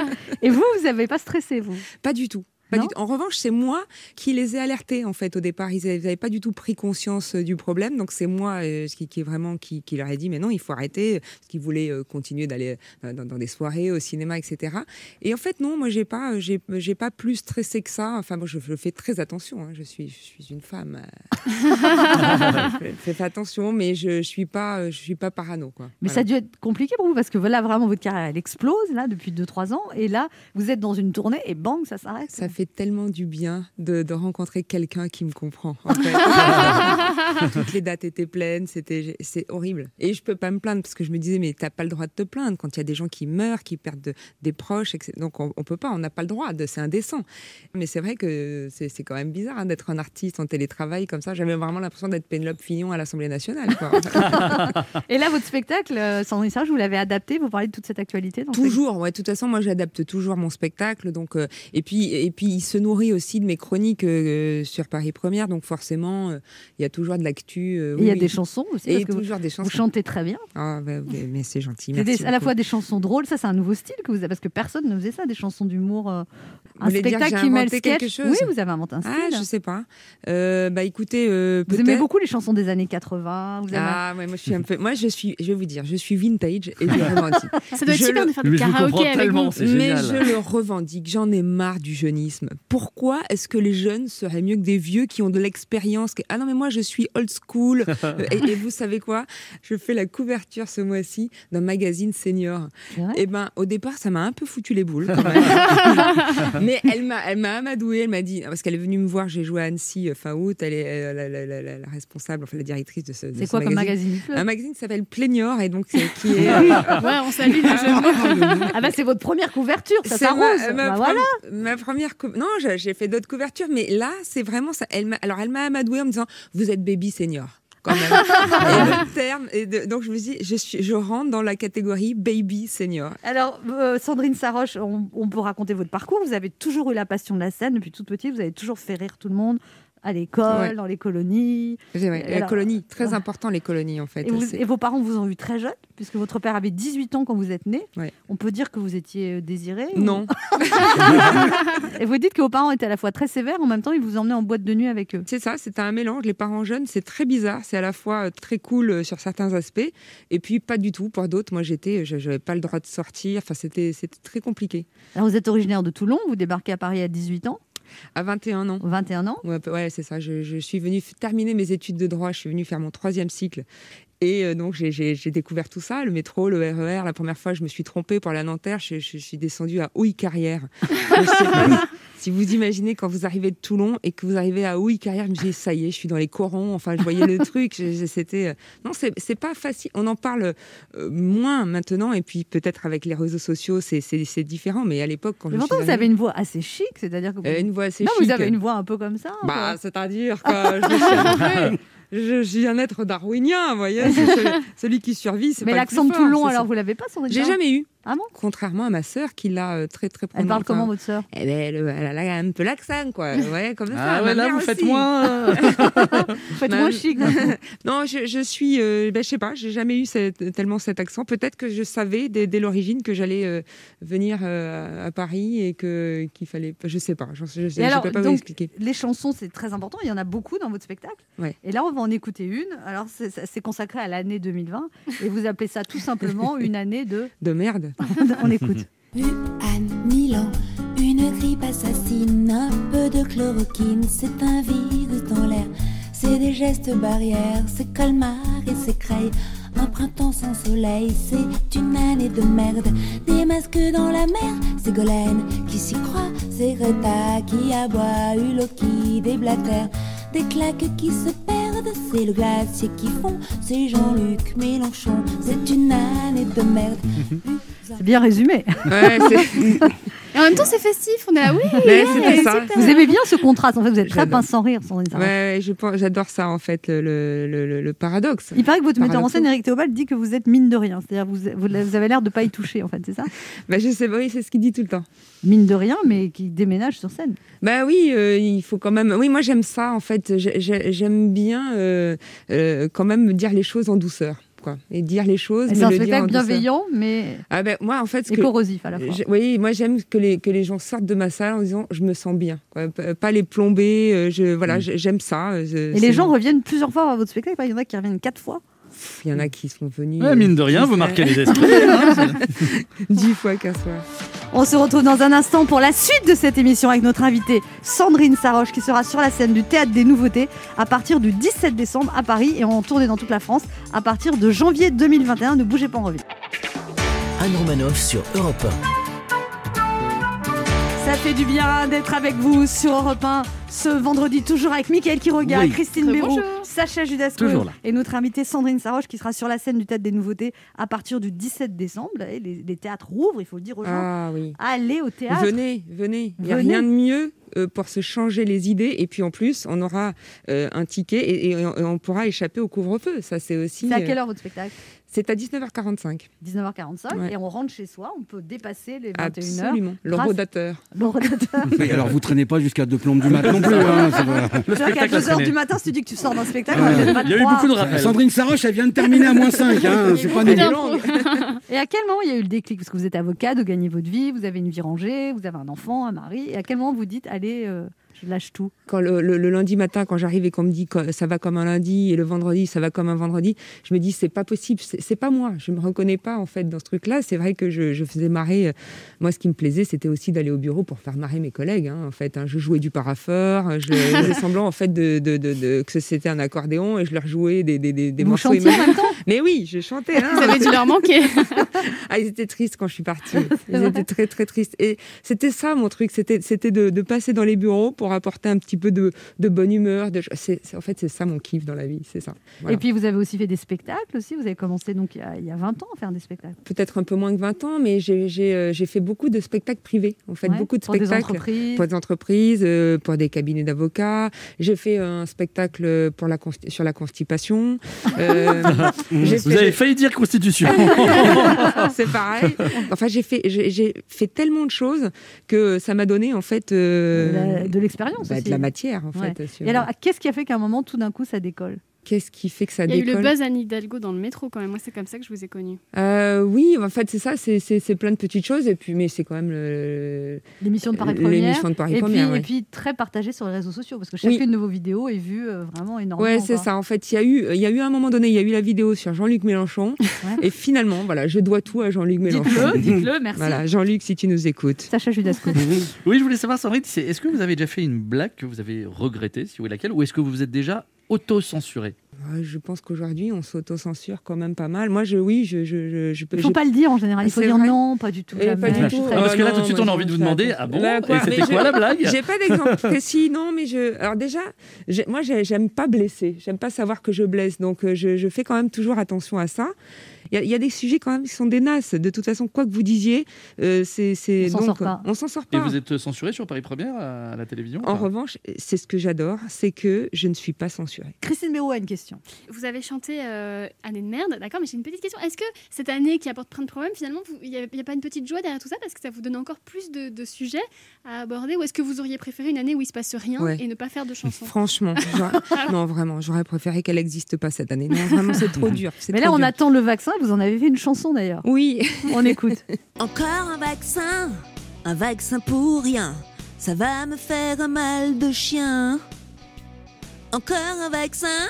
Speaker 3: Et vous, vous n'avez pas stressé vous
Speaker 9: Pas du tout. Pas
Speaker 3: Non
Speaker 9: du tout. En revanche, c'est moi qui les ai alertés en fait au départ. Ils n'avaient pas du tout pris conscience euh, du problème, donc c'est moi euh, qui, qui est vraiment qui, qui leur ai dit mais non, il faut arrêter. euh, Parce qu'ils voulaient euh, continuer d'aller euh, dans, dans des soirées, au cinéma, etc. Et en fait non, moi j'ai pas euh, j'ai j'ai pas plus stressé que ça. Enfin moi je, je fais très attention. hein. Je suis je suis une femme. euh. je fais- fais attention, mais je, je suis pas euh, je suis pas parano quoi.
Speaker 3: Mais ça a dû être compliqué pour vous parce que voilà, vraiment, votre carrière, elle explose là depuis 2-3 ans. Et là, vous êtes dans une tournée et bang, ça s'arrête.
Speaker 9: Ça fait tellement du bien de, de rencontrer quelqu'un qui me comprend. en fait. Toutes les dates étaient pleines, c'était j'ai- c'est horrible. Et je peux pas me plaindre parce que je me disais mais t'as pas le droit de te plaindre quand il y a des gens qui meurent, qui perdent de- des proches, etc. donc on, on peut pas, on n'a pas le droit, de- c'est indécent. Mais c'est vrai que c'est c'est quand même bizarre hein, d'être un artiste en télétravail comme ça. J'avais vraiment l'impression d'être Pénélope Fillon à l'Assemblée nationale. quoi.
Speaker 3: Et là, votre spectacle, euh, Sandrine Serge, vous l'avez adapté. Vous parlez de toute cette actualité. dans le
Speaker 9: Toujours, ouais, de toute façon, moi j'adapte toujours mon spectacle. Donc, euh, et, puis, et puis, il se nourrit aussi de mes chroniques euh, sur Paris Première. Donc, forcément, euh, il y a toujours de l'actu.
Speaker 3: spectacle.
Speaker 9: euh,
Speaker 3: Et
Speaker 9: oui,
Speaker 3: Il y a
Speaker 9: oui.
Speaker 3: des chansons aussi.
Speaker 9: Et
Speaker 3: parce que vous,
Speaker 9: toujours des
Speaker 3: vous
Speaker 9: chansons.
Speaker 3: chantez très bien.
Speaker 9: Ah, bah, mais mais c'est gentil.
Speaker 3: C'est des-
Speaker 9: Merci
Speaker 3: à la
Speaker 9: beaucoup.
Speaker 3: fois des chansons drôles, ça c'est un nouveau style que vous avez, parce que personne ne faisait ça, des chansons d'humour. euh,
Speaker 9: Vous
Speaker 3: un
Speaker 9: voulez dire que
Speaker 3: spectacle
Speaker 9: j'ai
Speaker 3: qui mêle
Speaker 9: inventé
Speaker 3: sketch.
Speaker 9: quelque chose
Speaker 3: oui, vous avez inventé un style.
Speaker 9: Ah, je sais pas. Euh, bah écoutez, euh,
Speaker 3: vous aimez
Speaker 9: peut-être-
Speaker 3: beaucoup les chansons des années 80.
Speaker 5: hein,
Speaker 3: Vous aimez-
Speaker 9: Ah, ouais, moi je suis un peu. Moi je suis, je vais vous dire, je suis vintage et je revendique.
Speaker 5: Ça doit être
Speaker 9: Je
Speaker 5: super
Speaker 9: le-
Speaker 5: de faire
Speaker 6: Mais
Speaker 5: du
Speaker 6: je vous comprends
Speaker 5: karaoké avec
Speaker 6: tellement,
Speaker 5: vous.
Speaker 6: c'est
Speaker 9: Mais
Speaker 6: génial.
Speaker 9: je le revendique. J'en ai marre du jeunisme. Pourquoi est-ce que les jeunes seraient mieux que des vieux qui ont de l'expérience qui- Ah non, mais moi, je suis old school. Euh, et, et vous savez quoi Je fais la couverture ce mois-ci d'un magazine senior.
Speaker 3: C'est vrai
Speaker 9: Et ben, au départ, ça m'a un peu foutu les boules. quand même. mais elle m'a, elle m'a amadouée. Elle m'a dit parce qu'elle est venue me voir. J'ai joué à Annecy euh, fin août. Elle est euh, la, la- la- la- la responsable, enfin la directrice de ce. de
Speaker 3: C'est
Speaker 9: ce
Speaker 3: quoi comme magazine Il pleut.
Speaker 9: Un magazine qui s'appelle Plaignor et donc euh, qui est. euh,
Speaker 5: Ouais, on salue le jeune.
Speaker 3: Ah bah c'est votre première couverture, ça
Speaker 9: C'est euh,
Speaker 3: s'arrose.
Speaker 9: ma- ma
Speaker 3: Bah, voilà.
Speaker 9: pre- ma première cou- non je- j'ai fait d'autres couvertures mais là c'est vraiment ça elle m'a- alors elle m'a amadouée en me disant vous êtes baby senior quand même. et le terme et de- donc je me dis je suis je rentre dans la catégorie baby senior
Speaker 3: Alors, euh, Sandrine Saroche, on, on peut raconter votre parcours. Vous avez toujours eu la passion de la scène depuis toute petite. Vous avez toujours fait rire tout le monde à l'école,
Speaker 9: Ouais.
Speaker 3: dans les colonies.
Speaker 9: C'est vrai, la
Speaker 3: Alors,
Speaker 9: colonie très
Speaker 3: ouais.
Speaker 9: important les colonies en fait
Speaker 3: Et, vous-
Speaker 9: C'est-
Speaker 3: et vos parents vous ont eu très jeune, puisque votre père avait 18 ans quand vous êtes né.
Speaker 9: Ouais.
Speaker 3: On peut dire que vous étiez euh, désiré. ou-
Speaker 9: non
Speaker 3: Et vous dites que vos parents étaient à la fois très sévères, en même temps, ils vous emmenaient en boîte de nuit avec eux.
Speaker 9: C'est ça, c'est un mélange. Les parents jeunes, c'est très bizarre. C'est à la fois euh, très cool euh, sur certains aspects et puis pas du tout pour d'autres. Moi, j'étais, euh, je n'avais pas le droit de sortir. Enfin, c'était c'était très compliqué.
Speaker 3: Alors, vous êtes originaire de Toulon, vous débarquez à Paris à 18 ans,
Speaker 9: À 21 ans.
Speaker 3: 21 ans.
Speaker 9: Ouais, peu- ouais, c'est ça. Je, je suis venue f- terminer mes études de droit. Je suis venue faire mon troisième cycle. Et euh, donc, j'ai- j'ai j'ai découvert tout ça, le métro, le RER. La première fois, je me suis trompée pour la Nanterre. Je, je- je suis descendue à Houille-Carrière. Je sais pas si vous imaginez quand vous arrivez de Toulon et que vous arrivez à Houille-Carrière, je me dis, ça y est, je suis dans les corons. Enfin, je voyais le truc. je- je- C'était. euh, Non, c'est c'est pas facile. On en parle euh, moins maintenant. Et puis, peut-être avec les réseaux sociaux, c'est- c'est c'est différent. Mais à l'époque, quand
Speaker 3: Mais
Speaker 9: je
Speaker 3: pourtant,
Speaker 9: suis
Speaker 3: vous avez une voix assez chic, c'est-à-dire que vous...
Speaker 9: arrivée- Euh, une voix assez
Speaker 3: non,
Speaker 9: chic.
Speaker 3: vous avez une voix un peu comme ça.
Speaker 9: Bah, c'est-à-dire que je me suis améliorée. Je, je suis un être darwinien, vous voyez. c'est Celui, celui qui survit,
Speaker 3: quoi.
Speaker 9: c'est
Speaker 3: mais
Speaker 9: pas le
Speaker 3: l'accent
Speaker 9: plus
Speaker 3: de
Speaker 9: fort,
Speaker 3: Toulon,
Speaker 9: hein, c'est ça.
Speaker 3: alors vous l'avez pas, Sandrine
Speaker 9: J'ai jamais eu.
Speaker 3: Ah bon
Speaker 9: Contrairement à ma sœur qui l'a euh, très très
Speaker 3: Elle
Speaker 9: prononcé.
Speaker 3: parle comment votre sœur
Speaker 9: Eh ben, elle, elle a là un peu l'accent, quoi. Ouais, comme ça.
Speaker 6: Ah ouais,
Speaker 9: ma
Speaker 6: là,
Speaker 9: mère
Speaker 6: vous faites
Speaker 9: aussi.
Speaker 6: moins. euh,
Speaker 3: Faites
Speaker 9: Ma-
Speaker 3: moins chic. d'un coup.
Speaker 9: Non, je, je suis, euh, ben, je sais pas, j'ai jamais eu cette- tellement cet accent. Peut-être que je savais dès, dès l'origine que j'allais euh, venir euh, à Paris et que qu'il fallait, je sais pas, je, je, je
Speaker 3: Et alors,
Speaker 9: peux pas vous
Speaker 3: donc,
Speaker 9: expliquer.
Speaker 3: Les chansons, c'est très important. Il y en a beaucoup dans votre spectacle.
Speaker 9: Ouais.
Speaker 3: Et là, on va en écouter une. Alors, c'est- c'est c'est consacré à l'année 2020. Et vous appelez ça tout simplement une année de.
Speaker 9: De merde.
Speaker 3: on écoute.
Speaker 10: Anne Milan, une grippe assassine, un peu de chloroquine, c'est un virus dans l'air, c'est des gestes barrières, c'est calmar et c'est creille, un printemps sans soleil, c'est une année de merde, des masques dans la mer, c'est Golène qui s'y croit, c'est Greta qui aboie, Hulot qui déblatère, des claques qui se perdent, c'est le glacier qui fond, c'est Jean-Luc Mélenchon, c'est une année de merde.
Speaker 3: C'est bien résumé.
Speaker 9: Ouais, c'est-
Speaker 5: Et en même temps, c'est festif. On est là, oui.
Speaker 9: ouais, c'était ça.
Speaker 3: Vous aimez bien ce contraste. En fait, vous êtes très
Speaker 9: J'adore.
Speaker 3: pince sans rire, Sandrine Sarraud.
Speaker 9: Ouais, ouais, je pense- j'adore ça en fait, le, le- le- le paradoxe.
Speaker 3: Il paraît que votre metteur en
Speaker 9: Paradoxal.
Speaker 3: scène, Eric Théobald, dit que vous êtes mine de rien. C'est-à-dire que vous, vous- vous avez l'air de pas y toucher, en fait, c'est ça
Speaker 9: Bah, je sais pas, oui, c'est ce qu'il dit tout le temps.
Speaker 3: Mine de rien, mais qui déménage sur scène.
Speaker 9: Bah oui, euh, il faut quand même. Oui, moi j'aime ça en fait. J'ai- j'ai- J'aime bien euh, euh, quand même dire les choses en douceur, quoi. Et dire les choses.
Speaker 3: Et
Speaker 9: mais
Speaker 3: C'est un
Speaker 9: le dire hein, en
Speaker 3: spectacle
Speaker 9: douceur.
Speaker 3: bienveillant, mais
Speaker 9: Ah ben moi en fait, ce
Speaker 3: et
Speaker 9: que-
Speaker 3: corrosif à la fois.
Speaker 9: Je- oui, moi j'aime que les, que les gens sortent de ma salle en disant je me sens bien. quoi. P- Pas les plomber, euh, je, voilà, j- j'aime ça. euh, je-
Speaker 3: Et
Speaker 9: c'est-
Speaker 3: les gens reviennent plusieurs fois à votre spectacle. Il y en a qui reviennent quatre fois.
Speaker 9: Pff, Il y en a qui sont venus euh,
Speaker 6: ouais, mine de rien, vous marquez les esprits. hein, c'est-
Speaker 9: 10 fois, 15 fois.
Speaker 3: On se retrouve dans un instant pour la suite de cette émission avec notre invitée Sandrine Saroche qui sera sur la scène du Théâtre des Nouveautés à partir du 17 décembre à Paris et en tournée dans toute la France à partir de janvier 2021. Ne bougez pas en revue.
Speaker 2: Anne Romanoff sur Europe
Speaker 3: Ça fait du bien d'être avec vous sur Europe 1 ce vendredi, toujours avec Mickaël Quiroga,
Speaker 4: Oui.
Speaker 3: Christine Béraud,
Speaker 5: Bonjour.
Speaker 3: Sacha Judasco
Speaker 4: Toujours là.
Speaker 3: et notre invitée Sandrine Saroche qui sera sur la scène du Théâtre des Nouveautés à partir du 17 décembre. Et les, les théâtres rouvrent, il faut le dire aux gens.
Speaker 9: Ah oui.
Speaker 3: Allez au théâtre.
Speaker 9: Venez, venez. Il n'y a
Speaker 3: Venez.
Speaker 9: rien de mieux euh, pour se changer les idées. Et puis en plus, on aura euh, un ticket et, et on, et on pourra échapper au couvre-feu. Ça, c'est aussi.
Speaker 3: C'est à
Speaker 9: euh,
Speaker 3: quelle heure votre spectacle
Speaker 9: c'est à 19h45.
Speaker 3: 19h45
Speaker 9: Ouais.
Speaker 3: et on rentre chez soi, on peut dépasser les 21h.
Speaker 9: Absolument. Le
Speaker 3: Grâce-
Speaker 9: rodateur.
Speaker 3: Bon, redateur,
Speaker 4: Mais alors, vous traînez pas jusqu'à deux plombes du matin non plus. hein, ça va.
Speaker 6: Le
Speaker 3: tu vois qu'à
Speaker 6: spectacle a
Speaker 3: 2h
Speaker 6: traîné.
Speaker 3: du matin, si tu dis que tu sors d'un spectacle,
Speaker 4: Ouais.
Speaker 3: moi, j'ai pas
Speaker 6: Il y a eu
Speaker 3: droit.
Speaker 6: beaucoup de
Speaker 4: Euh,
Speaker 6: rappels.
Speaker 4: Sandrine Saroche, elle vient de terminer à moins 5. C'est pas
Speaker 5: Beaucoup
Speaker 4: nous.
Speaker 5: d'infos.
Speaker 3: Et à quel moment il y a eu le déclic Parce que vous êtes avocat, de gagner votre vie, vous avez une vie rangée, vous avez un enfant, un mari. Et à quel moment vous dites, allez, euh, je lâche tout
Speaker 9: Quand le, le- le lundi matin, quand j'arrive et qu'on me dit que ça va comme un lundi et le vendredi, ça va comme un vendredi, je me dis c'est pas possible, c'est c'est pas moi. Je me reconnais pas en fait dans ce truc-là. C'est vrai que je, je faisais marrer. euh, Moi, ce qui me plaisait, c'était aussi d'aller au bureau pour faire marrer mes collègues. hein, en fait, hein. je jouais du parapheur, euh, je je faisais semblant en fait de, de- de- de- que c'était un accordéon et je leur jouais des, des, des, des
Speaker 3: Vous
Speaker 9: morceaux.
Speaker 3: chantiez en
Speaker 9: imaginaires.
Speaker 3: même temps
Speaker 9: Mais oui, je chantais. hein.
Speaker 5: Vous avez dû leur manquer.
Speaker 9: Ah, ils étaient tristes quand je suis partie. Ils étaient très, très tristes. Et c'était ça, mon truc. C'était c'était de, de passer dans les bureaux pour apporter un petit peu de, de bonne humeur. De... c'est- c'est- en fait, c'est ça mon kiff dans la vie. C'est ça. Voilà.
Speaker 3: Et puis vous avez aussi fait des spectacles aussi. Vous avez commencé donc il y a, il y a 20 ans à faire des spectacles.
Speaker 9: Peut-être un peu moins que 20 ans, mais j'ai- j'ai euh, j'ai fait beaucoup de spectacles privés. En fait,
Speaker 3: Ouais,
Speaker 9: beaucoup de
Speaker 3: pour des
Speaker 9: spectacles.
Speaker 3: entreprises.
Speaker 9: pour des entreprises, euh, pour des cabinets d'avocats. J'ai fait un spectacle pour la consti- sur la constipation. Euh, j'ai
Speaker 6: Vous
Speaker 9: fait-
Speaker 6: avez failli dire Constitution.
Speaker 9: c'est pareil. Enfin, j'ai fait, j'ai j'ai fait tellement de choses que ça m'a donné en fait euh,
Speaker 3: de la- de l'expérience
Speaker 9: bah,
Speaker 3: aussi.
Speaker 9: de la matière en
Speaker 3: Ouais.
Speaker 9: fait. sur-
Speaker 3: Et alors, qu'est-ce qui a fait qu'à un moment, tout d'un coup, ça décolle
Speaker 9: qu'est-ce qui fait que ça
Speaker 5: Il y a eu le
Speaker 9: décolle
Speaker 5: buzz Anne Hidalgo dans le métro quand même. Moi, c'est comme ça que je vous ai connu.
Speaker 9: Euh, Oui, en fait, c'est ça, c'est- c'est c'est plein de petites choses et puis mais c'est quand même le-
Speaker 3: L'émission de Paris Première.
Speaker 9: Euh, l'émission de Paris
Speaker 3: Et puis,
Speaker 9: Première. ouais.
Speaker 3: et puis très partagé sur les réseaux sociaux parce que
Speaker 9: Oui.
Speaker 3: chacune de vos vidéos est vue euh, vraiment énormément.
Speaker 9: Ouais, c'est
Speaker 3: quoi.
Speaker 9: ça. En fait, il y a eu, il y a eu à un moment donné, il y a eu la vidéo sur Jean-Luc Mélenchon, et finalement, voilà, je dois tout à Jean-Luc Mélenchon.
Speaker 3: Dites-le, dites-le, merci.
Speaker 9: Voilà, Jean-Luc, si tu nous écoutes.
Speaker 3: Sacha Judasco.
Speaker 6: Oui, je voulais savoir, Sandrine, c'est- est-ce que vous avez déjà fait une blague que vous avez regrettée, si oui laquelle, ou est-ce que vous vous êtes déjà auto-censuré
Speaker 9: Ouais, Je pense qu'aujourd'hui, on s'autocensure quand même pas mal. Moi, je, oui, je, je, je, je peux.
Speaker 3: Il faut pas le dire en général. Il faut
Speaker 9: C'est
Speaker 3: dire
Speaker 9: vrai.
Speaker 3: non, pas du tout.
Speaker 9: Eh,
Speaker 3: jamais.
Speaker 9: pas du
Speaker 3: Je
Speaker 9: tout.
Speaker 3: suis très-
Speaker 6: Ah, parce que là,
Speaker 9: non,
Speaker 6: tout de suite,
Speaker 9: moi,
Speaker 6: on a
Speaker 9: je
Speaker 6: envie de
Speaker 9: fais
Speaker 6: vous demander
Speaker 9: attention.
Speaker 6: Ah bon
Speaker 9: Là, quoi
Speaker 6: Et c'était
Speaker 9: Mais
Speaker 6: quoi
Speaker 9: je-
Speaker 6: la blague
Speaker 9: J'ai pas d'exemple précis, non, mais je. Alors déjà, j'ai- moi, j'ai- j'aime pas blesser. J'aime pas savoir que je blesse. Donc, euh, je, je fais quand même toujours attention à ça. Il y, a- il y a des sujets quand même qui sont des nasses. De toute façon, quoi que vous disiez, euh, c'est. c'est-
Speaker 3: On s'en
Speaker 9: donc,
Speaker 3: sort pas.
Speaker 9: On s'en sort
Speaker 6: Et
Speaker 9: pas.
Speaker 6: vous êtes censuré sur Paris Première à la télévision
Speaker 9: En
Speaker 6: enfin
Speaker 9: revanche, c'est ce que j'adore, c'est que je ne suis pas censurée.
Speaker 3: Christine Béraud a une question.
Speaker 5: Vous avez chanté euh, Année de merde, d'accord, mais j'ai une petite question. Est-ce que cette année qui apporte plein de problèmes, finalement, vous- il n'y a, il y a pas une petite joie derrière tout ça parce que ça vous donne encore plus de, de sujets à aborder Ou est-ce que vous auriez préféré une année où il se passe rien
Speaker 9: Ouais.
Speaker 5: et ne pas faire de chansons
Speaker 9: Franchement, j'aurais- non vraiment, j'aurais préféré qu'elle n'existe pas cette année. Non, vraiment, c'est trop dur. c'est
Speaker 3: Mais là,
Speaker 9: trop
Speaker 3: on
Speaker 9: dur.
Speaker 3: attend le vaccin. Vous en avez fait une chanson d'ailleurs.
Speaker 9: Oui,
Speaker 3: On écoute.
Speaker 10: Encore un vaccin, un vaccin pour rien, ça va me faire mal de chien. Encore un vaccin,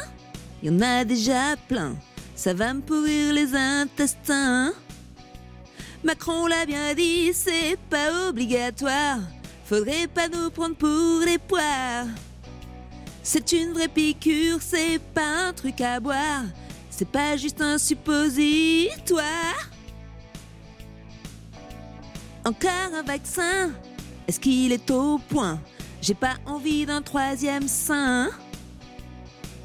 Speaker 10: il y en a déjà plein, ça va me pourrir les intestins. Macron l'a bien dit, c'est pas obligatoire, faudrait pas nous prendre pour des poires. C'est une vraie piqûre, c'est pas un truc à boire, c'est pas juste un suppositoire. Encore un vaccin Est-ce qu'il est au point J'ai pas envie d'un troisième sein.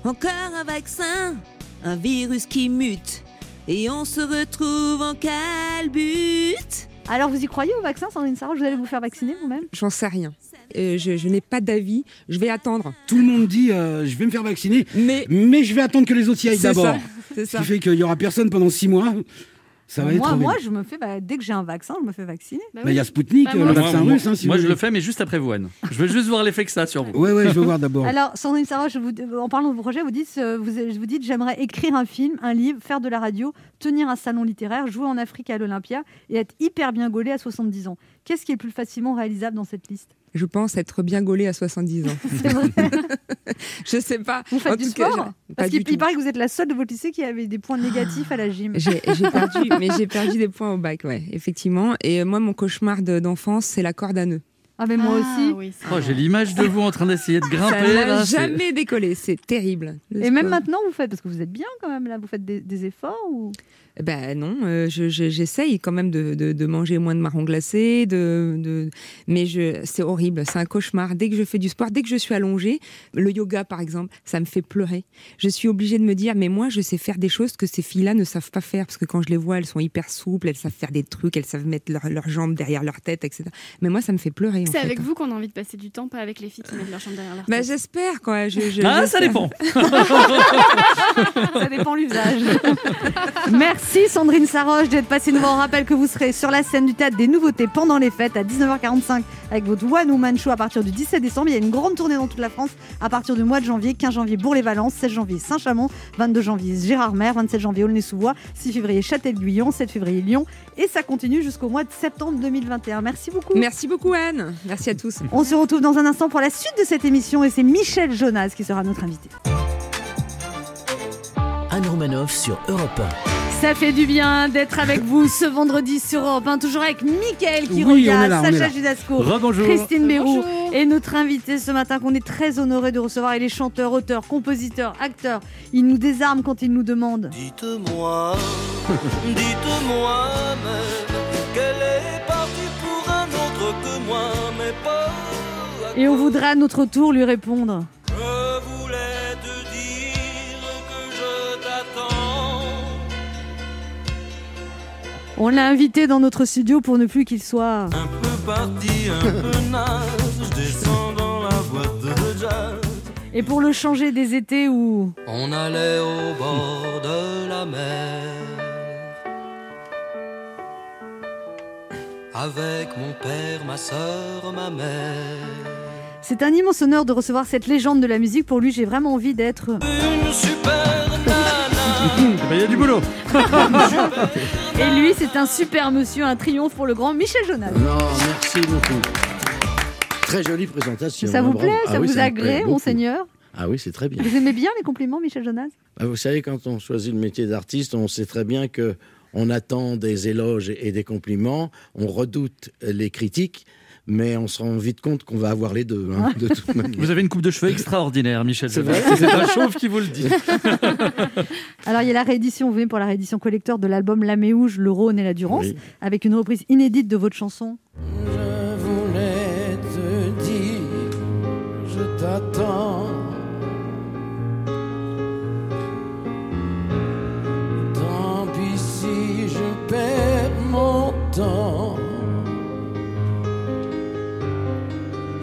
Speaker 10: Encore un vaccin Un virus qui mute. Et on se retrouve en calbute.
Speaker 3: Alors, vous y croyez au vaccin, Sandrine Sarah Vous allez vous faire vacciner vous-même
Speaker 9: j'en sais rien. Euh, je je n'ai pas d'avis. Je vais attendre.
Speaker 4: Tout le monde dit euh, je vais me faire vacciner,
Speaker 9: Mais
Speaker 4: mais je vais attendre que les autres y aillent
Speaker 9: c'est
Speaker 4: d'abord.
Speaker 9: ça. C'est
Speaker 4: Ce
Speaker 9: ça.
Speaker 4: qui fait qu'il y aura personne pendant six mois. Ça va être
Speaker 3: Moi,
Speaker 4: horrible.
Speaker 3: moi, je me fais. bah, dès que j'ai un vaccin, je me fais vacciner.
Speaker 5: Bah
Speaker 4: Bah, il y a
Speaker 5: oui.
Speaker 4: Spoutnik,
Speaker 5: Bah,
Speaker 4: euh,
Speaker 5: moi,
Speaker 4: le
Speaker 5: moi,
Speaker 4: vaccin
Speaker 6: moi,
Speaker 4: russe. hein, si
Speaker 6: moi,
Speaker 4: vous
Speaker 6: je le
Speaker 4: voulez.
Speaker 6: fais, mais juste après vous, Anne. Je veux juste voir l'effet que ça a sur vous.
Speaker 4: Ouais, ouais, je veux voir d'abord.
Speaker 3: Alors, Sandrine Sarah, je vous, euh, en parlant de vos projets, vous dites, euh, vous, vous dites j'aimerais écrire un film, un livre, faire de la radio, tenir un salon littéraire, jouer en Afrique à l'Olympia et être hyper bien gaulé à 70 ans. Qu'est-ce qui est le plus facilement réalisable dans cette liste
Speaker 9: Je pense être bien gaulée à 70 ans.
Speaker 3: C'est vrai.
Speaker 9: Je sais pas.
Speaker 3: Vous faites
Speaker 9: En
Speaker 3: du
Speaker 9: tout cas,
Speaker 3: sport
Speaker 9: je- Pas
Speaker 3: Parce
Speaker 9: du
Speaker 3: qu'il il
Speaker 9: tout.
Speaker 3: paraît que vous êtes la seule de votre lycée qui avait des points négatifs à la gym.
Speaker 9: J'ai j'ai perdu, mais j'ai perdu des points au bac, ouais, effectivement. Et euh, moi, mon cauchemar de- d'enfance, c'est la corde à nœuds.
Speaker 3: Ah, mais moi
Speaker 5: Ah,
Speaker 3: aussi.
Speaker 5: oui, c'est-
Speaker 6: Oh, j'ai l'image de vous en train d'essayer de
Speaker 9: Ça
Speaker 6: grimper.
Speaker 9: n'a
Speaker 6: là, c'est-
Speaker 9: jamais décollé, c'est terrible.
Speaker 3: Et même maintenant, vous faites, parce que vous êtes bien quand même là, vous faites des, des efforts ou
Speaker 9: Ben non, euh, je- je- j'essaye quand même de, de- de manger moins de marrons glacés, de, de- mais je- c'est horrible, c'est un cauchemar. Dès que je fais du sport, dès que je suis allongée, le yoga par exemple, ça me fait pleurer. Je suis obligée de me dire, mais moi je sais faire des choses que ces filles-là ne savent pas faire, parce que quand je les vois, elles sont hyper souples, elles savent faire des trucs, elles savent mettre leurs leurs jambes derrière leur tête, etc. Mais moi ça me fait pleurer. en
Speaker 5: C'est
Speaker 9: fait.
Speaker 5: avec vous qu'on a envie de passer du temps, pas avec les filles qui mettent leur chambre derrière leur
Speaker 9: Ben
Speaker 5: tête.
Speaker 9: j'espère quoi. Je, je-
Speaker 6: Ah, ça
Speaker 9: j'espère.
Speaker 6: dépend.
Speaker 3: ça dépend l'usage. Merci Sandrine Saroche d'être passée nous voir. On rappelle que vous serez sur la scène du théâtre des nouveautés pendant les fêtes à 19h45 avec votre One Woman Show à partir du 17 décembre. Il y a une grande tournée dans toute la France à partir du mois de janvier. 15 janvier Bourg-les-Valences, 16 janvier Saint-Chamond, 22 janvier Gérardmer, 27 janvier Aulnay-sous-Bois, 6 février Châtel-Guyon, 7 février Lyon et ça continue jusqu'au mois de septembre 2021. Merci beaucoup.
Speaker 9: Merci beaucoup Anne. Merci à tous.
Speaker 3: On se retrouve dans un instant pour la suite de cette émission et c'est Michel Jonas qui sera notre invité.
Speaker 2: Anne Romanoff sur Europe
Speaker 3: Ça fait du bien d'être avec vous ce vendredi sur Europe 1, toujours avec Mickaël qui
Speaker 4: Oui, on est
Speaker 3: regarde,
Speaker 4: là, on est
Speaker 3: Sacha
Speaker 4: là.
Speaker 3: Judasco,
Speaker 6: Rebonjour.
Speaker 3: Christine Bérou
Speaker 5: Bonjour.
Speaker 3: et notre invité ce matin qu'on est très honoré de recevoir. Il est chanteur, auteur, compositeur, acteur. Il nous désarme quand il nous demande.
Speaker 11: Dites-moi, dites-moi même qu'elle est partie pour un autre que moi, mais pas. à
Speaker 3: Et on
Speaker 11: cause.
Speaker 3: voudra à notre tour lui répondre.
Speaker 11: Je voulais te dire que je t'attends.
Speaker 3: On l'a invité dans notre studio pour ne plus qu'il soit...
Speaker 11: Un peu parti, un peu naze, je descends dans la boîte de jazz.
Speaker 3: Et pour le changer des étés où...
Speaker 11: On allait au bord de la mer. Avec mon père, ma soeur, ma mère.
Speaker 3: C'est un immense honneur de recevoir cette légende de la musique. Pour lui, j'ai vraiment envie d'être...
Speaker 11: Une super nana.
Speaker 6: Eh ben, Il y a du boulot.
Speaker 3: Et lui, c'est un super monsieur, un triomphe pour le grand Michel Jonas.
Speaker 12: Non, merci beaucoup. Très jolie présentation.
Speaker 3: Ça vous
Speaker 12: bravo.
Speaker 3: plaît
Speaker 12: Ah
Speaker 3: Ça
Speaker 12: oui,
Speaker 3: vous
Speaker 12: ça me plaît
Speaker 3: agrée,
Speaker 12: beaucoup.
Speaker 3: monseigneur
Speaker 12: Ah oui, c'est très bien.
Speaker 3: Vous aimez bien les compliments, Michel Jonas
Speaker 12: Ah, Vous savez, quand on choisit le métier d'artiste, on sait très bien que on attend des éloges et des compliments, on redoute les critiques, mais on se rend vite compte qu'on va avoir les deux. hein, de toute manière.
Speaker 6: Vous avez une coupe de cheveux extraordinaire, Michel.
Speaker 12: C'est
Speaker 6: Jonas.
Speaker 12: vrai
Speaker 6: C'est un chauve qui vous le dit.
Speaker 3: Alors, il y a la réédition, vous venez pour la réédition collector de l'album La Méouge, le Rhône et la Durance,
Speaker 12: Oui.
Speaker 3: avec une reprise inédite de votre chanson.
Speaker 13: voulais te dire, je t'attends. Tant pis si je perds mon temps.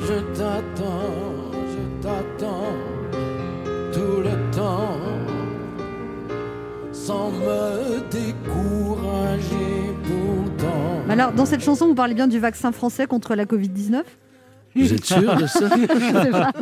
Speaker 13: Je t'attends, je t'attends tout le temps, sans me décourager pourtant.
Speaker 3: Alors, dans cette chanson, vous parlez bien du vaccin français contre la Covid-19
Speaker 12: Vous êtes sûr de ça
Speaker 3: Je sais pas.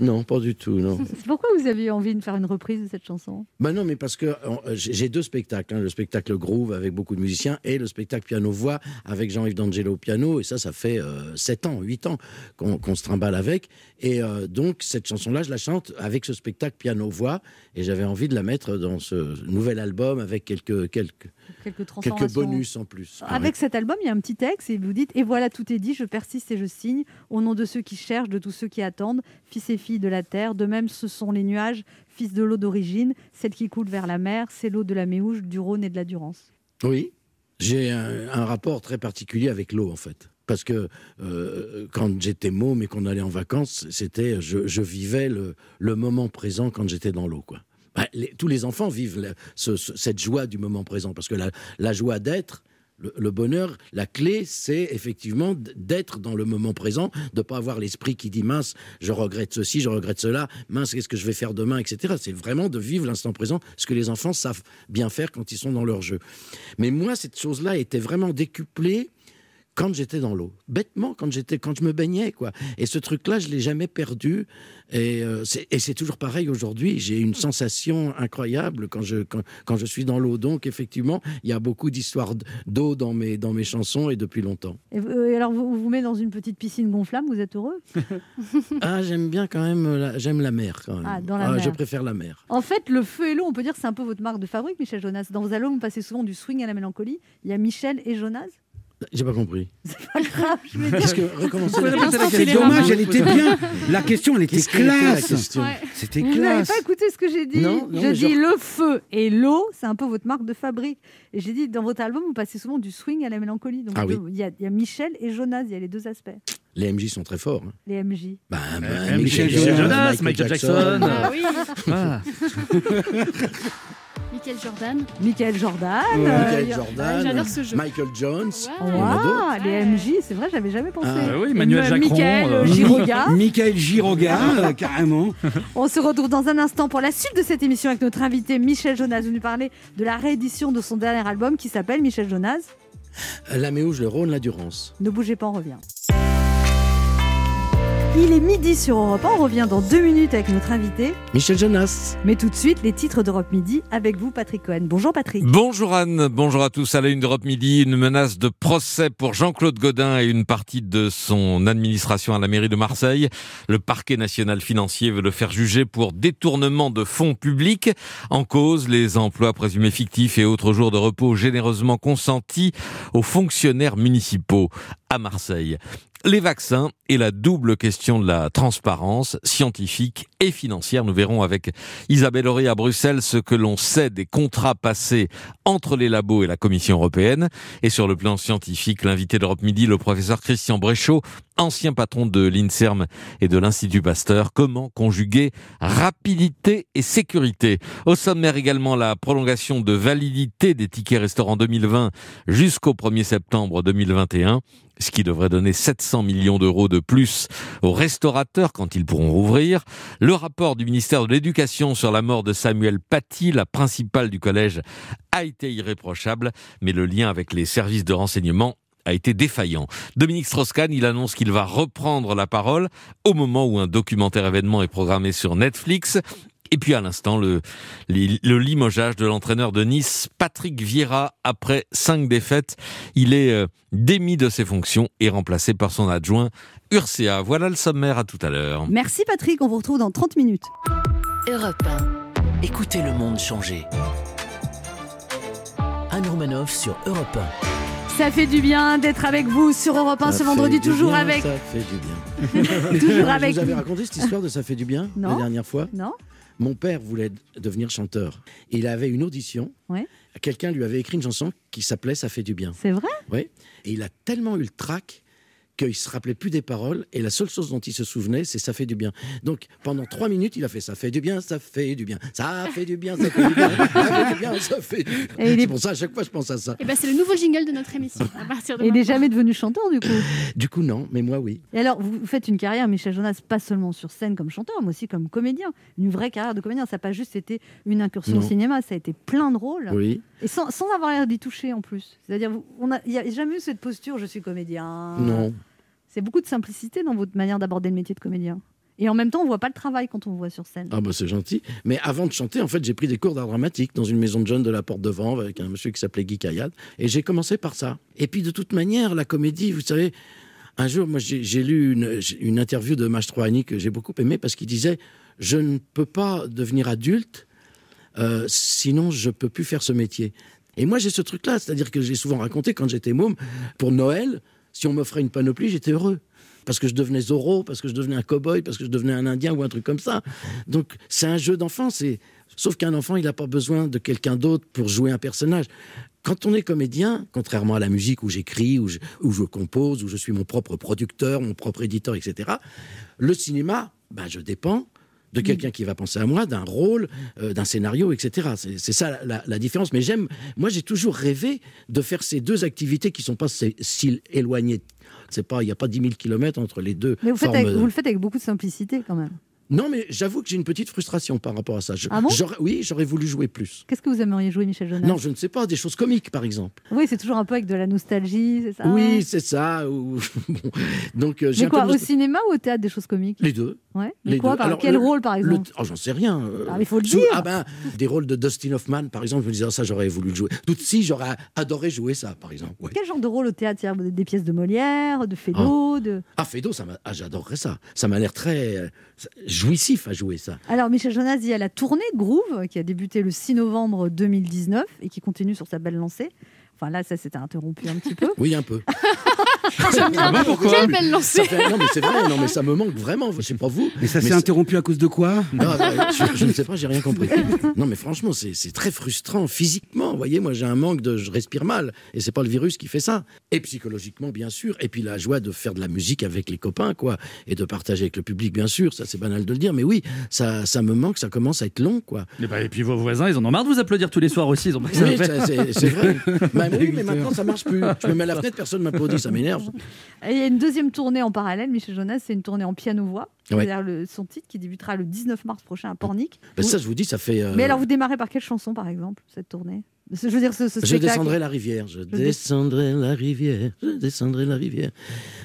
Speaker 12: Non, pas du tout, non.
Speaker 3: Pourquoi vous avez eu envie de faire une reprise de cette chanson
Speaker 12: Bah non, mais parce que en- j'ai j'ai deux spectacles. hein. le spectacle Groove avec beaucoup de musiciens et le spectacle Piano-Voix avec Jean-Yves D'Angelo au piano. Et ça, ça fait 7 ans, 8 ans qu'on qu'on se trimballe avec. Et euh, donc, cette chanson-là, je la chante avec ce spectacle Piano-Voix. Et j'avais envie de la mettre dans ce nouvel album avec quelques, quelques,
Speaker 3: Quelques transformations.
Speaker 12: quelques bonus en plus.
Speaker 3: Avec cet album, il y a un petit texte et vous dites Et voilà, tout est dit, je persiste et je signe, au nom de ceux qui cherchent, de tous ceux qui attendent, fils et filles de la terre. De même, ce sont les nuages, fils de l'eau d'origine, celle qui coule vers la mer, c'est l'eau de la Méouge, du Rhône et de la Durance.
Speaker 12: Oui, j'ai un, un rapport très particulier avec l'eau en fait. Parce que euh, quand j'étais môme et qu'on allait en vacances, c'était je, je vivais le, le moment présent quand j'étais dans l'eau. quoi. Bah, les- tous les enfants vivent la- ce- ce- cette joie du moment présent. Parce que la, la joie d'être, le, le bonheur, la clé, c'est effectivement d- d'être dans le moment présent, de pas avoir l'esprit qui dit mince, je regrette ceci, je regrette cela, mince, qu'est-ce que je vais faire demain, etc. C'est vraiment de vivre l'instant présent, ce que les enfants savent bien faire quand ils sont dans leur jeu. Mais moi, cette chose-là était vraiment décuplée quand j'étais dans l'eau, bêtement quand j'étais, quand je me baignais quoi. Et ce truc-là, je l'ai jamais perdu. Et, euh, c'est- et c'est toujours pareil aujourd'hui. J'ai une sensation incroyable quand je quand, quand je suis dans l'eau. Donc effectivement, il y a beaucoup d'histoires d- d'eau dans mes dans mes chansons et depuis longtemps.
Speaker 3: Et, vous- et alors, vous, on vous met dans une petite piscine gonflable, vous êtes heureux
Speaker 12: Ah, j'aime bien quand même. la- J'aime la mer quand même.
Speaker 3: Ah, dans la mer.
Speaker 12: Je préfère la mer.
Speaker 3: En fait, le feu et l'eau, on peut dire que c'est un peu votre marque de fabrique, Michel Jonas. Dans vos albums, vous passez souvent du swing à la mélancolie. Il y a Michel et Jonas.
Speaker 12: J'ai pas compris.
Speaker 4: Parce
Speaker 12: que recommencer.
Speaker 4: la
Speaker 12: la
Speaker 4: question,
Speaker 12: question.
Speaker 4: c'est dommage, elle était bien. La question, elle était
Speaker 12: Qu'est-ce qu'elle était, la
Speaker 4: classe.
Speaker 12: question Ouais.
Speaker 4: C'était
Speaker 3: Vous n'avez
Speaker 4: classe.
Speaker 3: pas écouté ce que j'ai dit.
Speaker 4: Non, non,
Speaker 3: j'ai
Speaker 4: mais
Speaker 3: dit
Speaker 4: je-
Speaker 3: le feu et l'eau, c'est un peu votre marque de fabrique. Et j'ai dit dans votre album, vous passez souvent du swing à la mélancolie. Donc euh,
Speaker 12: Ah oui.
Speaker 3: il y, a- il y a Michel et Jonas, il y a les deux aspects.
Speaker 12: Les MJ sont très forts. hein.
Speaker 3: Les MJ.
Speaker 12: Bah, bah,
Speaker 6: Michel Jonas, Euh, Michael Jackson.
Speaker 5: Ah oui.
Speaker 6: Ah.
Speaker 5: Michael Jordan.
Speaker 3: Michael Jordan. euh, il
Speaker 12: Ouais. Michael
Speaker 3: y a-
Speaker 12: Jordan,
Speaker 5: Ah, J'adore ce jeu.
Speaker 12: Michael Jones, il y en a d'autres.
Speaker 3: Ouah, les MJ, c'est vrai, j'avais jamais pensé.
Speaker 12: Ah,
Speaker 6: bah oui,
Speaker 3: Et
Speaker 6: Manuel
Speaker 3: Ma-
Speaker 6: Jacron,
Speaker 3: Michael
Speaker 6: euh,
Speaker 3: euh, Giroga.
Speaker 4: Michael Giroga, euh, carrément.
Speaker 3: On se retrouve dans un instant pour la suite de cette émission avec notre invité Michel Jonas. Vous nous parlez de la réédition de son dernier album qui s'appelle Michel Jonas.
Speaker 12: La Méouge, le Rhône, la Durance.
Speaker 3: Ne bougez pas, on revient. Il est midi sur Europe 1. On revient dans deux minutes avec notre invité.
Speaker 12: Michel Jonas.
Speaker 3: Mais tout de suite, les titres d'Europe Midi avec vous, Patrick Cohen. Bonjour, Patrick.
Speaker 14: Bonjour Anne, bonjour à tous. À la une d'Europe Midi, une menace de procès pour Jean-Claude Godin et une partie de son administration à la mairie de Marseille. Le parquet national financier veut le faire juger pour détournement de fonds publics. En cause, les emplois présumés fictifs et autres jours de repos généreusement consentis aux fonctionnaires municipaux à Marseille. Les vaccins et la double question de la transparence scientifique et financière. Nous verrons avec Isabelle Horry à Bruxelles ce que l'on sait des contrats passés entre les labos et la Commission européenne. Et sur le plan scientifique, l'invité d'Europe Midi, le professeur Christian Bréchot, ancien patron de l'INSERM et de l'Institut Pasteur. Comment conjuguer rapidité et sécurité Au sommaire également, la prolongation de validité des tickets restaurants 2020 jusqu'au 1er septembre 2021 ce qui devrait donner 700 millions d'euros de plus aux restaurateurs quand ils pourront rouvrir. Le rapport du ministère de l'Éducation sur la mort de Samuel Paty, la principale du collège, a été irréprochable, mais le lien avec les services de renseignement a été défaillant. Dominique Strauss-Kahn, il annonce qu'il va reprendre la parole au moment où un documentaire événement est programmé sur Netflix. Et puis à l'instant, le, le, le limogeage de l'entraîneur de Nice, Patrick Vieira, après cinq défaites. Il est euh, démis de ses fonctions et remplacé par son adjoint Urcea. Voilà le sommaire à tout à l'heure.
Speaker 3: Merci, Patrick. On vous retrouve dans 30 minutes.
Speaker 2: Europe 1. Écoutez le monde changer. Anne Romanoff sur Europe 1.
Speaker 3: Ça fait du bien d'être avec vous sur Europe 1
Speaker 12: Ça
Speaker 3: ce vendredi,
Speaker 12: fait du
Speaker 3: toujours
Speaker 12: bien,
Speaker 3: avec.
Speaker 12: Ça fait du bien.
Speaker 3: Toujours
Speaker 12: Je
Speaker 3: avec
Speaker 12: vous avais
Speaker 3: nous.
Speaker 12: raconté cette histoire de Ça fait du bien
Speaker 3: Non.
Speaker 12: la dernière fois
Speaker 3: Non
Speaker 12: Mon père voulait d- devenir chanteur. Il avait une audition.
Speaker 3: Ouais.
Speaker 12: Quelqu'un lui avait écrit une chanson qui s'appelait Ça fait du bien.
Speaker 3: C'est vrai
Speaker 12: Oui. Et il a tellement eu le trac qu'il se rappelait plus des paroles et la seule chose dont il se souvenait, c'est ça fait du bien. Donc pendant trois minutes, il a fait ça fait du bien, ça fait du bien, ça fait du bien, ça fait du bien, ça fait du bien, Ah, ça fait du bien.
Speaker 3: Et il est-
Speaker 12: C'est pour ça à chaque fois je pense à ça.
Speaker 5: Et ben c'est le nouveau jingle de notre émission à partir de
Speaker 3: Et il n'est
Speaker 5: maintenant.
Speaker 3: jamais devenu chanteur du coup.
Speaker 12: Du coup non, mais moi oui.
Speaker 3: Et alors, vous faites une carrière, Michel Jonas, pas seulement sur scène comme chanteur, mais aussi comme comédien. Une vraie carrière de comédien. Ça n'a pas juste été une incursion au
Speaker 12: Non.
Speaker 3: cinéma, ça a été plein de rôles.
Speaker 12: Oui.
Speaker 3: Et sans, sans avoir l'air d'y toucher en plus. C'est-à-dire, vous- on a- il n'y a, jamais eu cette posture, je suis comédien.
Speaker 12: Non.
Speaker 3: C'est beaucoup de simplicité dans votre manière d'aborder le métier de comédien. Et en même temps, on voit pas le travail quand on vous voit sur scène.
Speaker 12: Ah bah c'est gentil. Mais avant de chanter, en fait, j'ai pris des cours d'art dramatique dans une maison de jeunes de la Porte de Vanves avec un monsieur qui s'appelait Guy Kayad. Et j'ai commencé par ça. Et puis de toute manière, la comédie, vous savez, un jour, moi j'ai j'ai lu une, une interview de Mastroianni que j'ai beaucoup aimée parce qu'il disait « Je ne peux pas devenir adulte, euh, sinon je peux plus faire ce métier ». Et moi j'ai ce truc-là, c'est-à-dire que j'ai souvent raconté quand j'étais môme, pour Noël, si on m'offrait une panoplie, j'étais heureux parce que je devenais Zorro, parce que je devenais un cow-boy, parce que je devenais un Indien ou un truc comme ça. Donc c'est un jeu d'enfant, c'est sauf qu'un enfant il n'a pas besoin de quelqu'un d'autre pour jouer un personnage. Quand on est comédien, contrairement à la musique où j'écris, où je, où je compose, où je suis mon propre producteur, mon propre éditeur, etc. Le cinéma, ben, je dépends de quelqu'un qui va penser à moi, d'un rôle, euh, d'un scénario, etc. C'est- C'est ça la- la, la différence. Mais j'aime, moi j'ai toujours rêvé de faire ces deux activités qui sont pas si, si éloignées. C'est pas, il n'y a pas 10 000 kilomètres entre les deux.
Speaker 3: Mais vous, faites
Speaker 12: formes.
Speaker 3: avec- vous le faites avec beaucoup de simplicité quand même.
Speaker 12: Non, mais j'avoue que j'ai une petite frustration par rapport à ça. Je-
Speaker 3: Ah bon
Speaker 12: j'aurais- oui, j'aurais voulu jouer plus.
Speaker 3: Qu'est-ce que vous aimeriez jouer, Michel Jonas
Speaker 12: Non, je ne sais pas, des choses comiques par exemple.
Speaker 3: Oui, c'est toujours un peu avec de la nostalgie, c'est ça
Speaker 12: Oui, c'est ça. ou- bon. Donc euh, j'ai
Speaker 3: Ah Mais
Speaker 12: un
Speaker 3: quoi,
Speaker 12: peu de-
Speaker 3: au cinéma ou au théâtre, des choses comiques
Speaker 12: les deux.
Speaker 3: Ouais. Mais
Speaker 12: Les
Speaker 3: quoi,
Speaker 12: deux.
Speaker 3: par-
Speaker 12: Alors,
Speaker 3: quel
Speaker 12: le-
Speaker 3: rôle par
Speaker 12: le-
Speaker 3: exemple
Speaker 12: oh, J'en sais rien. euh,
Speaker 3: Ah, mais faut le
Speaker 12: sous-
Speaker 3: dire.
Speaker 12: Ah ben, des rôles de Dustin Hoffman, par exemple, je me disais, ah, ça, j'aurais voulu le jouer. Tout de si, j'aurais adoré jouer ça, par exemple. ouais.
Speaker 3: Quel genre de rôle au théâtre Il y a Des pièces de Molière, de Feydeau, de...
Speaker 12: Ah, Fedo, ça m'a- ah, j'adorerais ça. Ça m'a l'air très euh, jouissif à jouer ça.
Speaker 3: Alors, Michel Jonas, il y a la tournée de Groove qui a débuté le 6 novembre 2019 et qui continue sur sa belle lancée. Enfin, là, ça s'était interrompu un petit peu.
Speaker 12: Oui, un peu.
Speaker 3: J'aime bien.
Speaker 12: Ah bon,
Speaker 3: Pourquoi Quelle belle lancée.
Speaker 12: Ça fait- Non, mais c'est vrai, non, mais ça me manque vraiment, je sais pas vous.
Speaker 4: Mais ça s'est
Speaker 12: c'est-
Speaker 4: interrompu à cause de quoi
Speaker 12: Ah, bah, je, je ne sais pas, j'ai rien compris. Non, mais franchement, c'est c'est très frustrant physiquement. Vous voyez, moi, j'ai un manque de. Je respire mal. Et c'est pas le virus qui fait ça. Et psychologiquement, bien sûr. Et puis la joie de faire de la musique avec les copains, quoi. Et de partager avec le public, bien sûr. Ça, c'est banal de le dire. Mais oui, ça, ça me manque. Ça commence à être long, quoi.
Speaker 6: Et, bah, et puis vos voisins, ils en ont marre de vous applaudir tous les soirs aussi. Ils ont pas que ça à
Speaker 12: Oui,
Speaker 6: faire.
Speaker 12: ça, c'est c'est vrai. Bah, oui, mais maintenant, ça marche plus. Je me mets à la fenêtre, personne m'applaudit. Ça m'énerve.
Speaker 3: Et il y a une deuxième tournée en parallèle, Michel Jonas, c'est une tournée en piano-voix.
Speaker 12: Ouais.
Speaker 3: C'est-à-dire le- son titre qui débutera le 19 mars prochain à Pornic.
Speaker 12: Bah, ça, je vous dis, ça fait. euh,
Speaker 3: Mais alors, vous démarrez par quelle chanson, par exemple, cette tournée Je veux dire, ce, ce
Speaker 12: Je
Speaker 3: spectacle-
Speaker 12: descendrai la rivière, je
Speaker 3: dé-
Speaker 12: descendrai la rivière, je descendrai la rivière.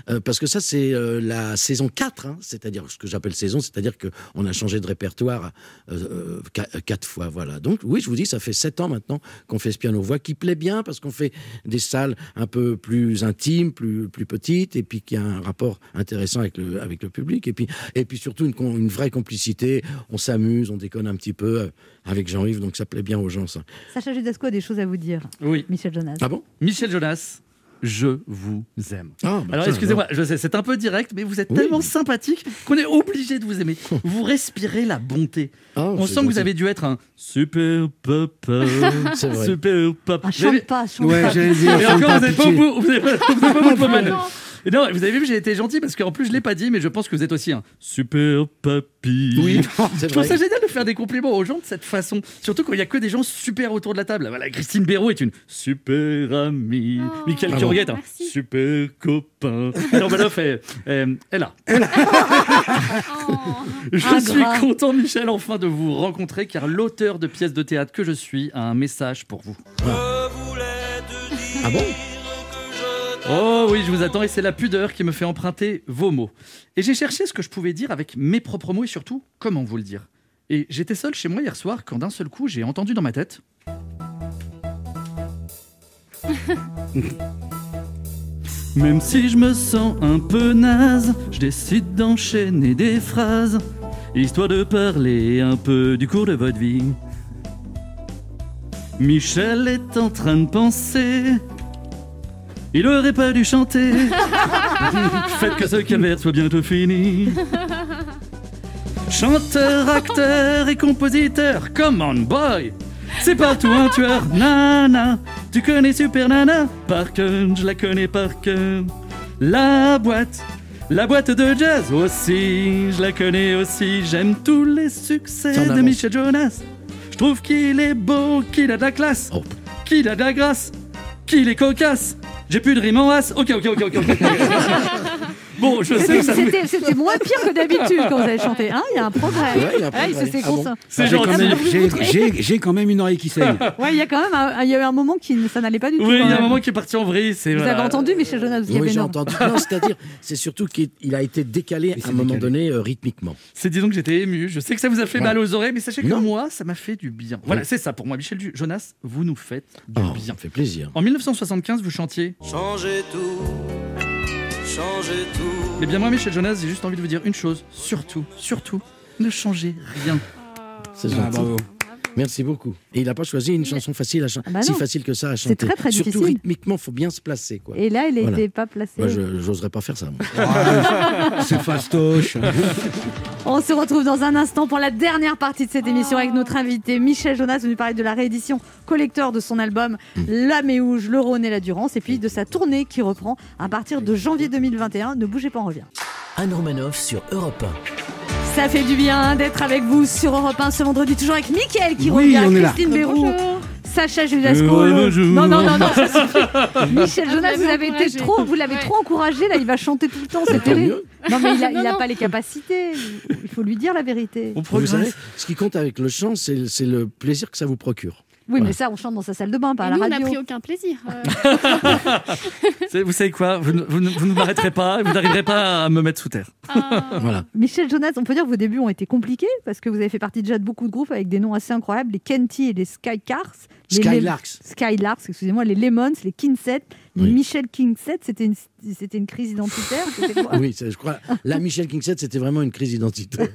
Speaker 12: Euh, parce que ça, c'est euh, la saison 4, hein, c'est-à-dire ce que j'appelle saison, c'est-à-dire qu'on a changé de répertoire euh, euh, qua- euh, quatre fois. Voilà. Donc, oui, je vous dis, ça fait sept ans maintenant qu'on fait ce piano-voix qui plaît bien parce qu'on fait des salles un peu plus intimes, plus, plus petites, et puis qui a un rapport intéressant avec le, avec le public. Et puis, et puis surtout, une, con- une vraie complicité. On s'amuse, on déconne un petit peu euh, avec Jean-Yves, donc ça plaît bien aux gens, ça.
Speaker 3: Sacha Judasco a des choses à vous dire,
Speaker 6: Oui.
Speaker 3: Michel Jonas.
Speaker 12: Ah bon
Speaker 6: Michel Jonas, je vous aime.
Speaker 12: Ah, bah
Speaker 6: Alors
Speaker 12: tiens,
Speaker 6: excusez-moi, je sais, c'est un peu direct, mais vous êtes
Speaker 12: Oui.
Speaker 6: tellement sympathique qu'on est obligé de vous aimer. Vous respirez la bonté. On
Speaker 12: Ah, c'est
Speaker 6: sent que vous
Speaker 12: gentil.
Speaker 6: avez dû être un super papa,
Speaker 11: Euh,
Speaker 12: C'est vrai.
Speaker 6: super papa.
Speaker 3: Ah, chante pas, chante
Speaker 4: Ouais, pas. j'allais dire,
Speaker 6: Et
Speaker 4: chante
Speaker 6: encore,
Speaker 4: pas,
Speaker 6: vous n'êtes pas au
Speaker 4: pitié.
Speaker 6: bout, vous n'êtes pas, vous êtes pas au bout de vos
Speaker 4: Vraiment.
Speaker 6: manœuvres. Et Non, vous avez vu, j'ai été gentil parce qu'en plus, je ne l'ai pas dit, mais je pense que vous êtes aussi un super papy.
Speaker 12: Oui,
Speaker 6: je
Speaker 12: c'est
Speaker 6: trouve
Speaker 12: vrai.
Speaker 6: ça génial de faire des compliments aux gens de cette façon. Surtout quand il n'y a que des gens super autour de la table. Voilà, Christine Béraud est une super amie. Michael
Speaker 12: Bravo.
Speaker 6: Curriette, un super copain. Alors, Manoff est, est- est là. Je
Speaker 13: Ingrat.
Speaker 6: suis content, Michel, enfin de vous rencontrer, car l'auteur de pièces de théâtre que je suis a un message pour vous.
Speaker 12: Ah bon
Speaker 6: Oh oui, je vous attends et c'est la pudeur qui me fait emprunter vos mots. Et j'ai cherché ce que je pouvais dire avec mes propres mots et surtout comment vous le dire. Et j'étais seul chez moi hier soir quand d'un seul coup j'ai entendu dans ma tête. Même si je me sens un peu naze, je décide d'enchaîner des phrases, histoire de parler un peu du cours de votre vie. Michel est en train de penser Il aurait pas dû chanter. Faites que ce calvaire soit bientôt fini. Chanteur, acteur et compositeur, come on boy C'est partout un tueur, nana Tu connais Super Nana Par cœur, je la connais par cœur La boîte, la boîte de jazz aussi, je la connais aussi J'aime tous les succès
Speaker 14: Ça, on
Speaker 6: de
Speaker 14: avance.
Speaker 6: Michel Jonas Je trouve qu'il est beau, qu'il a de la classe
Speaker 14: Oh.
Speaker 6: Qu'il a de la grâce, qu'il est cocasse J'ai plus de rime en as Ok, ok, ok, ok, ok. Bon, Oh, je sais
Speaker 3: C'était-
Speaker 6: où ça me-
Speaker 3: C'était c'était moins pire que d'habitude quand vous avez chanté. Hein il y a un progrès.
Speaker 4: Ouais, il y a un
Speaker 3: Ouais, il se
Speaker 4: progrès.
Speaker 3: s'est
Speaker 4: Ah
Speaker 3: cons-
Speaker 4: bon J'ai quand
Speaker 3: Ah,
Speaker 4: même-
Speaker 3: vous
Speaker 4: j'ai-
Speaker 3: montrez.
Speaker 4: j'ai- J'ai quand même une oreille qui saigne.
Speaker 3: Ouais, il y a quand même un- il y a eu un moment qui ne- ça n'allait pas du tout.
Speaker 6: Oui,
Speaker 3: quand
Speaker 6: il y a un
Speaker 3: même.
Speaker 6: moment qui est parti en vrille. C'est
Speaker 3: Vous
Speaker 6: voilà.
Speaker 3: avez entendu Michel Jonas vous y
Speaker 12: Oui,
Speaker 3: avez
Speaker 12: j'ai
Speaker 3: non.
Speaker 12: entendu. Non, c'est-à-dire, c'est surtout qu'il il a été décalé à un moment donné euh, rythmiquement.
Speaker 6: C'est disons que j'étais ému. Je sais que ça vous a fait
Speaker 12: Ouais.
Speaker 6: mal aux oreilles, mais sachez que
Speaker 12: Non.
Speaker 6: moi, ça m'a fait du bien. Voilà,
Speaker 12: Oui.
Speaker 6: c'est ça pour moi, Michel Du- Jonas. Vous nous faites du
Speaker 12: Oh,
Speaker 6: bien.
Speaker 12: ça fait plaisir.
Speaker 6: En 1975, vous chantiez.
Speaker 11: Changez tout, changez tout.
Speaker 6: Mais Eh bien moi, Michel Jonas, j'ai juste envie de vous dire une chose. Surtout, surtout, ne changez rien.
Speaker 12: C'est
Speaker 6: Ah,
Speaker 12: gentil.
Speaker 6: bravo.
Speaker 12: Merci beaucoup. Et il n'a pas choisi une chanson facile à chanter,
Speaker 3: bah
Speaker 12: si
Speaker 3: non.
Speaker 12: facile que ça à
Speaker 3: C'est
Speaker 12: chanter.
Speaker 3: très, très
Speaker 12: Surtout
Speaker 3: difficile.
Speaker 12: rythmiquement, faut bien se placer. Quoi.
Speaker 3: Et là, elle n'était
Speaker 12: Voilà.
Speaker 3: pas placée.
Speaker 12: Moi, je j'oserais pas faire ça. moi.
Speaker 4: C'est fastoche.
Speaker 3: On se retrouve dans un instant pour la dernière partie de cette émission avec notre invité Michel Jonas, venu parler de la réédition collector de son album
Speaker 4: Mm.
Speaker 3: La Méouge, le Rhône et la Durance, et puis de sa tournée qui reprend à partir de janvier 2021. Ne bougez pas, on revient.
Speaker 2: Anne Romanoff sur Europe
Speaker 3: Ça fait du bien d'être avec vous sur Europe 1 ce vendredi, toujours avec Mickaël qui
Speaker 2: Oui, on est
Speaker 3: revient,
Speaker 2: là. Euh,
Speaker 3: Christine Béroux, Sacha Judasco.
Speaker 2: Heureux
Speaker 3: le-
Speaker 2: bonjour.
Speaker 3: Non, non, non, non, ça suffit. Michel
Speaker 5: Ah, vous
Speaker 3: Jonas,
Speaker 5: l'avez
Speaker 3: vous avez été
Speaker 5: encouragé.
Speaker 3: trop, vous l'avez
Speaker 5: Ouais.
Speaker 3: trop encouragé, là, il va chanter tout le
Speaker 2: Ah,
Speaker 3: temps, c'est terrible. Non, mais il n'a
Speaker 5: Non, non.
Speaker 3: pas les capacités, il faut lui dire la vérité.
Speaker 12: Vous savez, ce qui compte avec le chant, c'est c'est le plaisir que ça vous procure.
Speaker 3: Oui, mais ça, on chante dans sa salle de bain, pas à
Speaker 5: Et
Speaker 3: la
Speaker 5: nous, on
Speaker 3: radio.
Speaker 5: n'a pris aucun plaisir. euh.
Speaker 6: C'est- Vous savez quoi Vous ne vous ne- vous ne m'arrêterez pas, vous n'arriverez pas à me mettre sous terre.
Speaker 12: Voilà.
Speaker 3: Michel Jonas, on peut dire que vos débuts ont été compliqués parce que vous avez fait partie déjà de beaucoup de groupes avec des noms assez incroyables les Kenty et les Skycars. Les
Speaker 12: Skylarks.
Speaker 3: Lem- Skylarks, excusez-moi, les Lemons, les Kinset, les Michel Kinset, c'était une, c'était une crise identitaire c'était quoi
Speaker 12: Oui, c'est- je crois. La Michelle Kingset, c'était vraiment une crise d'identité.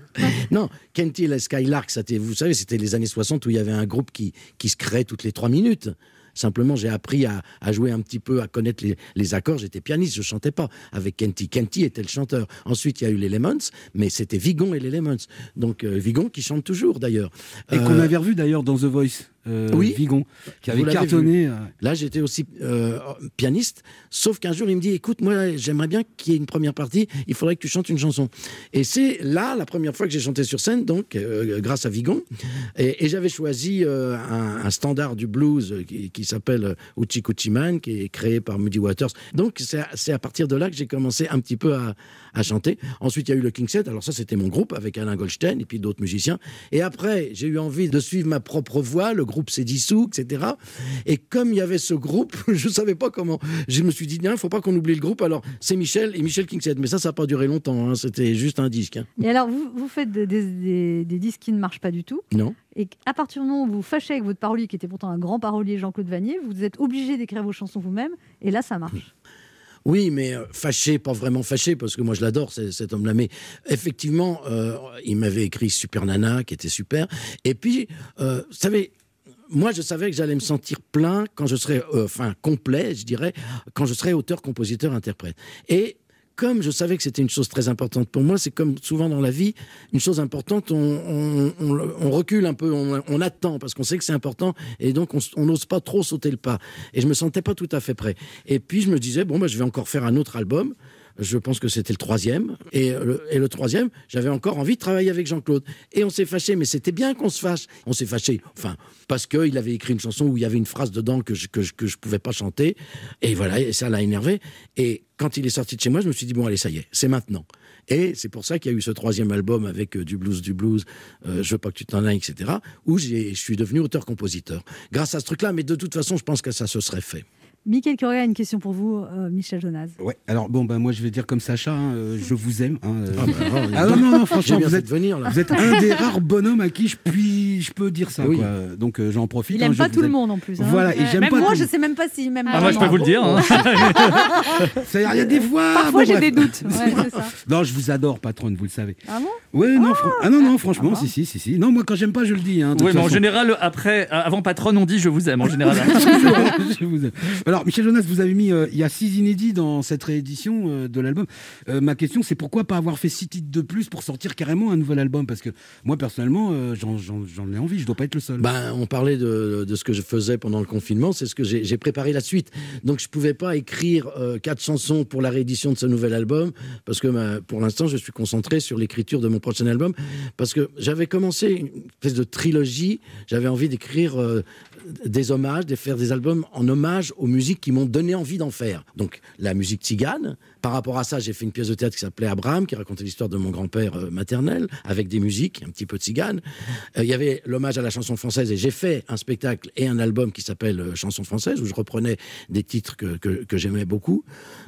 Speaker 12: non, Kenty et la Skylark, ça, t'est- vous savez, c'était les années 60 où il y avait un groupe qui, qui se créait toutes les trois minutes. Simplement, j'ai appris à, à jouer un petit peu, à connaître les, les accords. J'étais pianiste, je chantais pas avec Kenty. Kenty était le chanteur. Ensuite, il y a eu les Lemons, mais c'était Vigon et les Lemons. Donc, euh, Vigon qui chante toujours, d'ailleurs.
Speaker 4: Et
Speaker 12: Euh,
Speaker 4: qu'on avait revu d'ailleurs dans The Voice, euh,
Speaker 12: Oui.
Speaker 4: Vigon, qui
Speaker 12: Vous
Speaker 4: avait
Speaker 12: l'avez
Speaker 4: cartonné.
Speaker 12: vu.
Speaker 4: euh,
Speaker 12: Là, j'étais aussi euh, pianiste, sauf qu'un jour, il me dit Écoute, moi, j'aimerais bien qu'il y ait une première partie, il faudrait que tu chantes une chanson. Et c'est là la première fois que j'ai chanté sur scène, donc, euh, grâce à Vigon. Et, et j'avais choisi euh, un, un standard du blues euh, qui, qui s'appelle euh, Uchi Kuchi Man, qui est créé par Muddy Waters. Donc, c'est à, c'est à partir de là que j'ai commencé un petit peu à, à chanter. Ensuite, il y a eu le King Set. Alors, ça, c'était mon groupe avec Alain Goldstein et puis d'autres musiciens. Et après, j'ai eu envie de suivre ma propre voix. Le groupe s'est dissous, etc. Et comme il y avait ce groupe, je ne savais pas comment. Je me suis dit, il ne faut pas qu'on oublie le groupe. Alors, c'est Michel et Michel King Set. Mais ça, ça n'a pas duré longtemps. hein. C'était juste un disque. hein.
Speaker 3: Et alors, vous, vous faites des, des- des- des disques qui ne marchent pas du tout.
Speaker 12: Non
Speaker 3: Et à partir du moment où vous vous fâchez avec votre parolier, qui était pourtant un grand parolier, Jean-Claude Vanier, vous êtes obligé d'écrire vos chansons vous-même. Et là, ça marche.
Speaker 12: Oui, mais euh, fâché, pas vraiment fâché, parce que moi je l'adore, c'est- cet homme-là. Mais effectivement, euh, il m'avait écrit Super Nana, qui était super. Et puis, euh, vous savez, moi je savais que j'allais me sentir plein quand je serais, euh, enfin complet, je dirais, quand je serais auteur, compositeur, interprète. Et comme je savais que c'était une chose très importante pour moi, c'est comme souvent dans la vie, une chose importante, on, on- on- on recule un peu, on, on attend parce qu'on sait que c'est important et donc on s- on n'ose pas trop sauter le pas. Et je me sentais pas tout à fait prêt. Et puis je me disais, bon, bah, je vais encore faire un autre album. Je pense que c'était le troisième. Et le, et le troisième, j'avais encore envie de travailler avec Jean-Claude. Et on s'est fâché, mais c'était bien qu'on se fâche. On s'est fâché, enfin, parce qu'il avait écrit une chanson où il y avait une phrase dedans que je ne que je, que je pouvais pas chanter. Et voilà, et ça l'a énervé. Et quand il est sorti de chez moi, je me suis dit, bon, allez, ça y est, c'est maintenant. Et c'est pour ça qu'il y a eu ce troisième album avec euh, du blues, du blues, euh, je veux pas que tu t'en ailles, etc., où j'ai- je suis devenu auteur-compositeur. Grâce à ce truc-là, mais de toute façon, je pense que ça se serait fait.
Speaker 3: Michael Correa, une question pour vous, euh, Michel Jonas.
Speaker 4: Ouais. Alors bon, ben moi je vais dire comme Sacha, hein, euh, je vous aime. hein, euh.
Speaker 12: Ah, bah, alors,
Speaker 4: Ah non, non, non,
Speaker 12: j'ai
Speaker 4: franchement,
Speaker 12: bien
Speaker 4: vous
Speaker 12: fait
Speaker 4: êtes,
Speaker 12: de venir, là.
Speaker 4: vous êtes un des rares bonhommes à qui je puis si je peux dire ça.
Speaker 3: Oui.
Speaker 4: quoi. Donc euh, j'en profite.
Speaker 3: Il
Speaker 4: hein,
Speaker 3: aime
Speaker 4: je
Speaker 3: pas
Speaker 4: vous
Speaker 3: tout le
Speaker 4: aime.
Speaker 3: monde en plus. hein.
Speaker 4: Voilà, et
Speaker 3: Ouais.
Speaker 4: j'aime
Speaker 3: Même
Speaker 4: pas
Speaker 3: moi,
Speaker 4: tout-
Speaker 3: je sais même pas si même.
Speaker 4: Ah, moi, je peux vous le dire, hein. C'est-à-dire, il y a des fois.
Speaker 3: Parfois,
Speaker 4: bon,
Speaker 3: j'ai
Speaker 4: bref.
Speaker 3: des doutes. Ouais, c'est ça.
Speaker 4: Non, je vous adore, patronne, vous le savez.
Speaker 3: Ah bon
Speaker 4: Ouais, non, fran- ah non, non, franchement, si, si, si, si. Non, moi, quand j'aime pas, je le dis. hein, de
Speaker 6: Oui,
Speaker 4: toute
Speaker 6: mais en
Speaker 4: façon.
Speaker 6: général, après, euh, avant patronne, on dit je vous aime en général.
Speaker 4: hein. Je vous aime. Alors, Michel Jonas, vous avez mis, euh, il y a six inédits dans cette réédition euh, de l'album. Euh, ma question, c'est pourquoi pas avoir fait six titres de plus pour sortir carrément un nouvel album Parce que moi, personnellement, euh, j'en- j'en j'en ai envie, je dois pas être le seul.
Speaker 12: Ben, on parlait de, de ce que je faisais pendant le confinement, c'est ce que j'ai j'ai préparé la suite. Donc je pouvais pas écrire euh, quatre chansons pour la réédition de ce nouvel album parce que ma- pour l'instant je suis concentré sur l'écriture de mon prochain album parce que j'avais commencé une espèce de trilogie. J'avais envie d'écrire euh, des hommages, de faire des albums en hommage aux musiques qui m'ont donné envie d'en faire. Donc la musique tzigane. Par rapport à ça, j'ai fait une pièce de théâtre qui s'appelait Abraham, qui racontait l'histoire de mon grand-père euh, maternel, avec des musiques un petit peu tziganes. Euh, Il y avait l'hommage à la chanson française, et j'ai fait un spectacle et un album qui s'appelle euh, Chanson française, où je reprenais des titres que, que- que j'aimais beaucoup.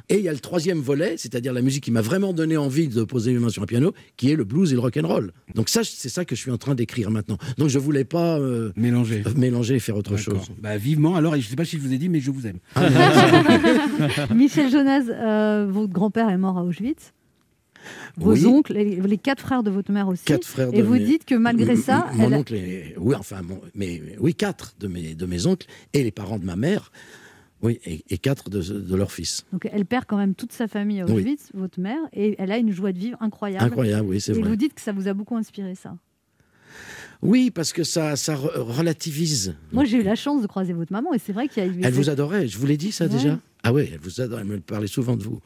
Speaker 12: Et il y a le troisième volet, c'est-à-dire la musique qui m'a vraiment donné envie de poser mes mains sur un piano, qui est le blues et le rock and roll. Donc ça, c'est ça que je suis en train d'écrire maintenant. Donc je voulais pas euh,
Speaker 4: mélanger,
Speaker 12: mélanger et faire autre chose.
Speaker 4: Bah, vivement, alors, et je sais pas si je vous ai dit, mais je vous aime.
Speaker 3: Michel Jonas, euh, votre grand-père est mort à Auschwitz. Vos
Speaker 12: Oui.
Speaker 3: oncles, les, les quatre frères de votre mère aussi.
Speaker 12: Quatre frères
Speaker 3: Et
Speaker 12: de
Speaker 3: vous
Speaker 12: mes-
Speaker 3: dites que malgré
Speaker 12: M-
Speaker 3: ça,
Speaker 12: m- Mon
Speaker 3: elle a-
Speaker 12: oncle est- Oui, enfin, mon- mais, oui, quatre de mes, de mes oncles et les parents de ma mère. Oui, et, et quatre de, de leurs fils.
Speaker 3: donc elle perd quand même toute sa famille à
Speaker 12: Oui.
Speaker 3: Auschwitz, votre mère, et elle a une joie de vivre incroyable.
Speaker 12: Incroyable, oui, c'est
Speaker 3: Et
Speaker 12: vrai. Mm.
Speaker 3: vous dites que ça vous a beaucoup inspiré ça.
Speaker 12: Oui, parce que ça, ça re- relativise.
Speaker 3: Moi, j'ai eu la chance de croiser votre maman, et c'est vrai qu'il y a eu.
Speaker 12: Elle vous adorait, je vous l'ai dit ça
Speaker 3: Ouais.
Speaker 12: déjà Ah oui, elle vous adore, elle me parlait souvent de vous.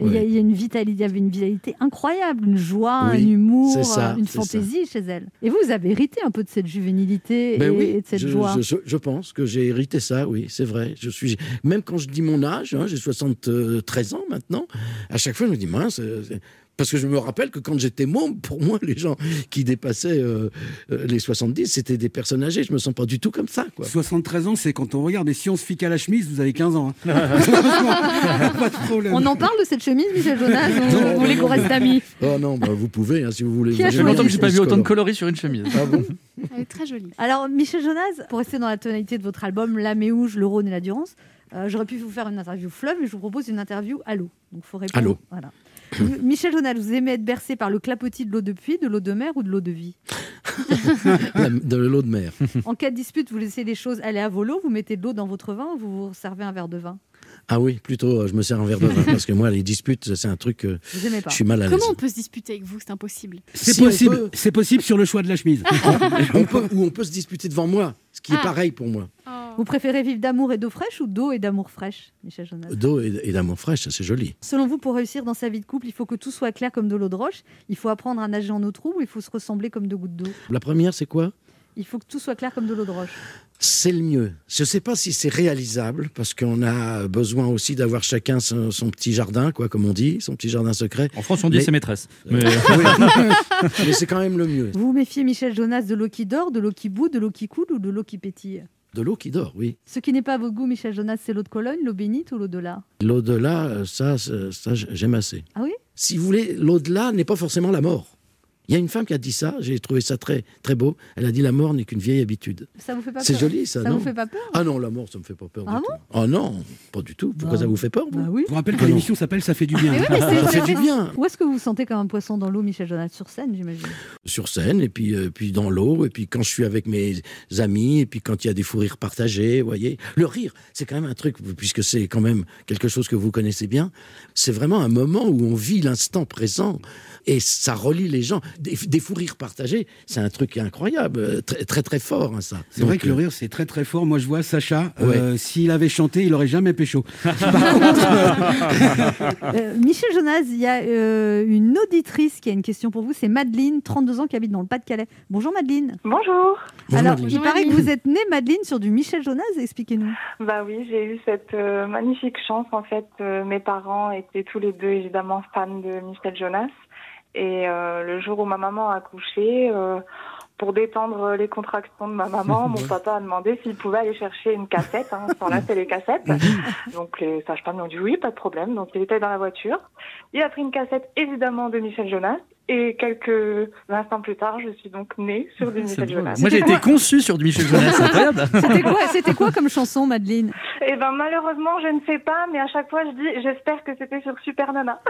Speaker 3: Il y, a-
Speaker 12: Ouais.
Speaker 3: il y a une vitalité, il y avait une vitalité incroyable, une joie,
Speaker 12: Oui,
Speaker 3: un humour,
Speaker 12: c'est ça,
Speaker 3: euh, une
Speaker 12: c'est ça.
Speaker 3: fantaisie chez elle. Et vous, vous avez hérité un peu de cette juvénilité et,
Speaker 12: Ben oui,
Speaker 3: et de cette
Speaker 12: je,
Speaker 3: joie.
Speaker 12: je- je pense que j'ai hérité ça, oui, c'est vrai. Je suis, même quand je dis mon âge, hein, j'ai 73 ans maintenant, à chaque fois je me dis mince. euh, c'est- Parce que je me rappelle que quand j'étais môme, pour moi, les gens qui dépassaient euh, euh, les 70, c'était des personnes âgées. Je me sens pas du tout comme ça, quoi.
Speaker 4: 73 ans, c'est quand on regarde, et si on se fique à la chemise, vous avez 15 ans. hein. Franchement, pas de problème.
Speaker 3: On en parle de cette chemise, Michel Jonas ou
Speaker 12: Non,
Speaker 3: Vous voulez
Speaker 12: non,
Speaker 3: qu'on
Speaker 12: non.
Speaker 3: reste amis
Speaker 12: Oh non, bah, vous pouvez, hein, si vous voulez.
Speaker 3: Qui a
Speaker 12: J'ai
Speaker 6: J'ai longtemps que j'ai pas vu autant de
Speaker 12: colorés.
Speaker 6: coloris sur une chemise.
Speaker 12: Ah bon
Speaker 5: Elle est très jolie.
Speaker 3: Alors, Michel Jonas, pour rester dans la tonalité de votre album La Méouge, le Rhône et la Durance, euh, j'aurais pu vous faire une interview fleuve, mais je vous propose une interview à l'eau. Donc, faut répondre.
Speaker 12: À l'eau.
Speaker 3: Voilà. Michel Jonas, vous aimez être bercé par le clapotis de l'eau de puits, de l'eau de mer ou de l'eau de vie
Speaker 12: La- de l'eau de mer.
Speaker 3: En cas de dispute, vous laissez les choses aller à vos lots, vous mettez de l'eau dans votre vin ou vous vous servez un verre de vin
Speaker 12: Ah oui, plutôt, euh, je me sers un verre de vin parce que moi, les disputes, c'est un truc. euh,
Speaker 3: Vous aimez pas
Speaker 12: Je suis mal à l'aise.
Speaker 5: Comment on peut se disputer avec vous C'est impossible.
Speaker 4: C'est
Speaker 12: Si on
Speaker 4: possible,
Speaker 12: peut.
Speaker 4: c'est possible sur le choix de la chemise.
Speaker 12: On peut- ou on peut se disputer devant moi, ce qui
Speaker 3: Ah.
Speaker 12: est pareil pour moi.
Speaker 5: Oh.
Speaker 3: Vous préférez vivre d'amour et d'eau fraîche ou d'eau et d'amour fraîche, Michel Jonas
Speaker 12: D'eau et, et d'amour fraîche, ça c'est joli.
Speaker 3: Selon vous, pour réussir dans sa vie de couple, il faut que tout soit clair comme de l'eau de roche, il faut apprendre à nager en eau trouble, il faut se ressembler comme deux gouttes d'eau.
Speaker 12: La première, c'est quoi
Speaker 3: Il faut que tout soit clair comme de l'eau de roche.
Speaker 12: C'est le mieux. Je ne sais pas si c'est réalisable, parce qu'on a besoin aussi d'avoir chacun son, son petit jardin, quoi, comme on dit, son petit jardin secret.
Speaker 6: En France, on dit
Speaker 12: Mais-
Speaker 6: c'est maîtresse. Mais- euh,
Speaker 12: Oui. Mais c'est quand même le mieux.
Speaker 3: Vous vous méfiez, Michel Jonas, de l'eau qui dort, de l'eau qui bout, de l'eau qui coule ou de l'eau qui pétille
Speaker 12: De l'eau qui dort, oui.
Speaker 3: Ce qui n'est pas à votre goût, Michel Jonas, c'est l'eau de Cologne, l'eau bénite ou l'eau de là
Speaker 12: L'au-delà, euh, ça, ça, ça, j'aime assez.
Speaker 3: Ah oui
Speaker 12: Si vous voulez, l'au-delà n'est pas forcément la mort. Il y a une femme qui a dit ça, j'ai trouvé ça très, très beau. Elle a dit la mort n'est qu'une vieille habitude.
Speaker 3: Ça vous fait pas
Speaker 12: C'est
Speaker 3: peur
Speaker 12: joli ça,
Speaker 3: Ça
Speaker 12: non
Speaker 3: vous fait pas peur
Speaker 12: Ah non, la mort, ça me fait pas peur
Speaker 3: Ah
Speaker 12: du
Speaker 3: bon
Speaker 12: tout. Ah non, pas du tout. Pourquoi
Speaker 3: Bah,
Speaker 12: ça vous fait peur vous
Speaker 3: bah oui.
Speaker 4: Je vous rappelle que
Speaker 12: Ah non.
Speaker 4: l'émission s'appelle Ça fait du bien.
Speaker 3: Mais oui, mais c'est-
Speaker 12: Ça
Speaker 3: c'est-
Speaker 12: fait du bien.
Speaker 3: Où est-ce que vous vous sentez comme un poisson dans l'eau, Michel Jonas Sur scène, j'imagine.
Speaker 12: Sur scène, et puis, euh, puis dans l'eau, et puis quand je suis avec mes amis, et puis quand il y a des fous rires partagés, vous voyez. Le rire, c'est quand même un truc, puisque c'est quand même quelque chose que vous connaissez bien. C'est vraiment un moment où on vit l'instant présent, et ça relie les gens. Des, des fous rires partagés, c'est un truc incroyable, euh, très très, très fort, hein, ça.
Speaker 4: C'est vrai
Speaker 12: Donc,
Speaker 4: que le
Speaker 12: euh,
Speaker 4: rire, c'est très très fort. Moi, je vois Sacha, euh,
Speaker 12: Ouais.
Speaker 4: s'il avait chanté, il aurait jamais pécho.
Speaker 12: Ah.
Speaker 3: Euh, Michel Jonas, il y a euh, une auditrice qui a une question pour vous. C'est Madeleine, 32 ans, qui habite dans le Pas-de-Calais. Bonjour Madeleine.
Speaker 15: Bonjour. Bonjour,
Speaker 3: Alors,
Speaker 15: Madeleine.
Speaker 3: il paraît que vous êtes née, Madeleine, sur du Michel Jonas. Expliquez-nous.
Speaker 15: Bah oui, j'ai eu cette euh, magnifique chance. En fait, Euh, mes parents étaient tous les deux évidemment fans de Michel Jonas. Et euh, le jour où ma maman a accouché, euh, pour détendre les contractions de ma maman, mon papa a demandé s'il pouvait aller chercher une cassette. Hein, sans là, c'est les cassettes. Donc les sages-femmes lui ont dit oui, pas de problème. Donc il était dans la voiture. Il a pris une cassette évidemment de Michel Jonas. Et quelques instants plus tard, je suis donc née sur du Michel Jonas.
Speaker 6: Moi, j'ai été conçu sur du Michel Jonas, c'est incroyable.
Speaker 3: C'était quoi, c'était quoi comme chanson, Madeleine
Speaker 15: Eh ben malheureusement, je ne sais pas, mais à chaque fois, je dis, j'espère que c'était sur Super Nana.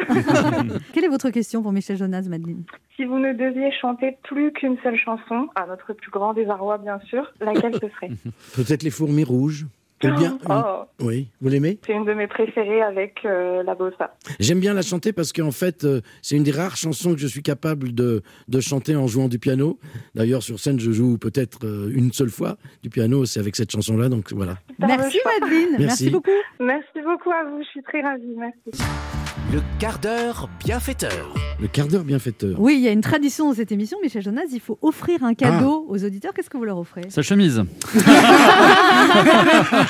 Speaker 3: Quelle est votre question pour Michel Jonas, Madeleine
Speaker 15: si vous ne deviez chanter plus qu'une seule chanson, à notre plus grand désarroi bien sûr, laquelle ce serait
Speaker 12: Peut-être les fourmis rouges. Ou bien,
Speaker 15: Oh.
Speaker 12: oui, vous l'aimez
Speaker 15: C'est une de mes préférées avec euh, la bossa.
Speaker 12: J'aime bien la chanter parce qu'en fait, euh, c'est une des rares chansons que je suis capable de, de chanter en jouant du piano. D'ailleurs, sur scène, je joue peut-être euh, une seule fois du piano, c'est avec cette chanson-là, donc voilà.
Speaker 3: Merci, Madeleine.
Speaker 12: Merci. Merci beaucoup.
Speaker 15: Merci beaucoup à vous, je suis très ravie, merci.
Speaker 2: Le quart d'heure bienfaiteur.
Speaker 12: Le quart d'heure bienfaiteur.
Speaker 3: Oui, il y a une tradition dans cette émission, Michel Jonas, il faut offrir un cadeau
Speaker 12: Ah.
Speaker 3: aux auditeurs. Qu'est-ce que vous leur offrez
Speaker 6: Sa chemise.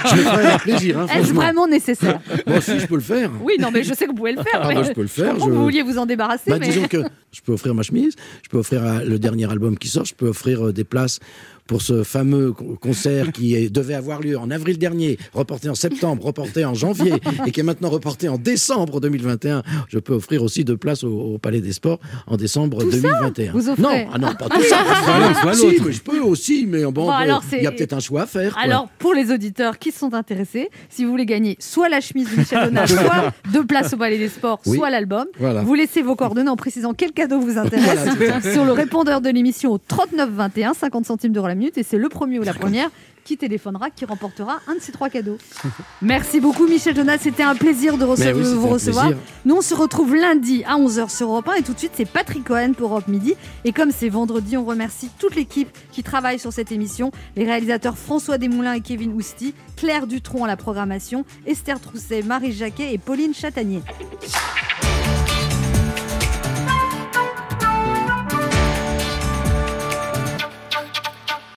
Speaker 12: Je le ferai avec plaisir, hein,
Speaker 3: Est-ce
Speaker 12: franchement.
Speaker 3: vraiment nécessaire
Speaker 12: Moi aussi, je peux le faire.
Speaker 3: Oui, non, mais je sais que vous pouvez le faire.
Speaker 12: Ah,
Speaker 3: mais
Speaker 12: bah, je peux le faire,
Speaker 3: comprends
Speaker 12: je-
Speaker 3: que Vous vouliez vous en débarrasser,
Speaker 12: Bah,
Speaker 3: mais...
Speaker 12: Disons que je peux offrir ma chemise, je peux offrir euh, le dernier album qui sort, je peux offrir euh, des places pour ce fameux co- concert qui est- devait avoir lieu en avril dernier, reporté en septembre, reporté en janvier et qui est maintenant reporté en décembre 2021. Je peux offrir aussi deux places au, au Palais des Sports en décembre
Speaker 3: Tout ça,
Speaker 12: 2021.
Speaker 3: vous offrez
Speaker 12: non, ah non, pas tout ça.
Speaker 4: Soit l'un, soit
Speaker 12: Si,
Speaker 4: l'autre.
Speaker 12: mais je peux aussi, mais bon,
Speaker 3: Bon,
Speaker 12: euh,
Speaker 3: alors, c'est-
Speaker 12: il y a peut-être un choix à faire. quoi.
Speaker 3: Alors, pour les auditeurs qui sont intéressés, si vous voulez gagner soit la chemise de Michel Jonas, soit deux places au Palais des Sports,
Speaker 12: Oui.
Speaker 3: soit l'album,
Speaker 12: Voilà.
Speaker 3: vous laissez vos coordonnées en précisant quel cadeau vous intéresse
Speaker 12: Voilà, c'est ça.
Speaker 3: sur le répondeur de l'émission au 39 21, 50 centimes d'euros la minute, et c'est le premier ou la première qui téléphonera, qui remportera un de ces trois cadeaux. Merci beaucoup Michel Jonas, c'était un plaisir de rece-
Speaker 12: Mais oui, c'était
Speaker 3: vous
Speaker 12: un
Speaker 3: recevoir.
Speaker 12: plaisir.
Speaker 3: Nous on se retrouve lundi à 11h sur Europe 1 et tout de suite c'est Patrick Cohen pour Europe Midi. Et comme c'est vendredi, on remercie toute l'équipe qui travaille sur cette émission, les réalisateurs François Desmoulins et Kevin Ousti, Claire Dutron à la programmation, Esther Trousset, Marie Jacquet et Pauline Châtanier.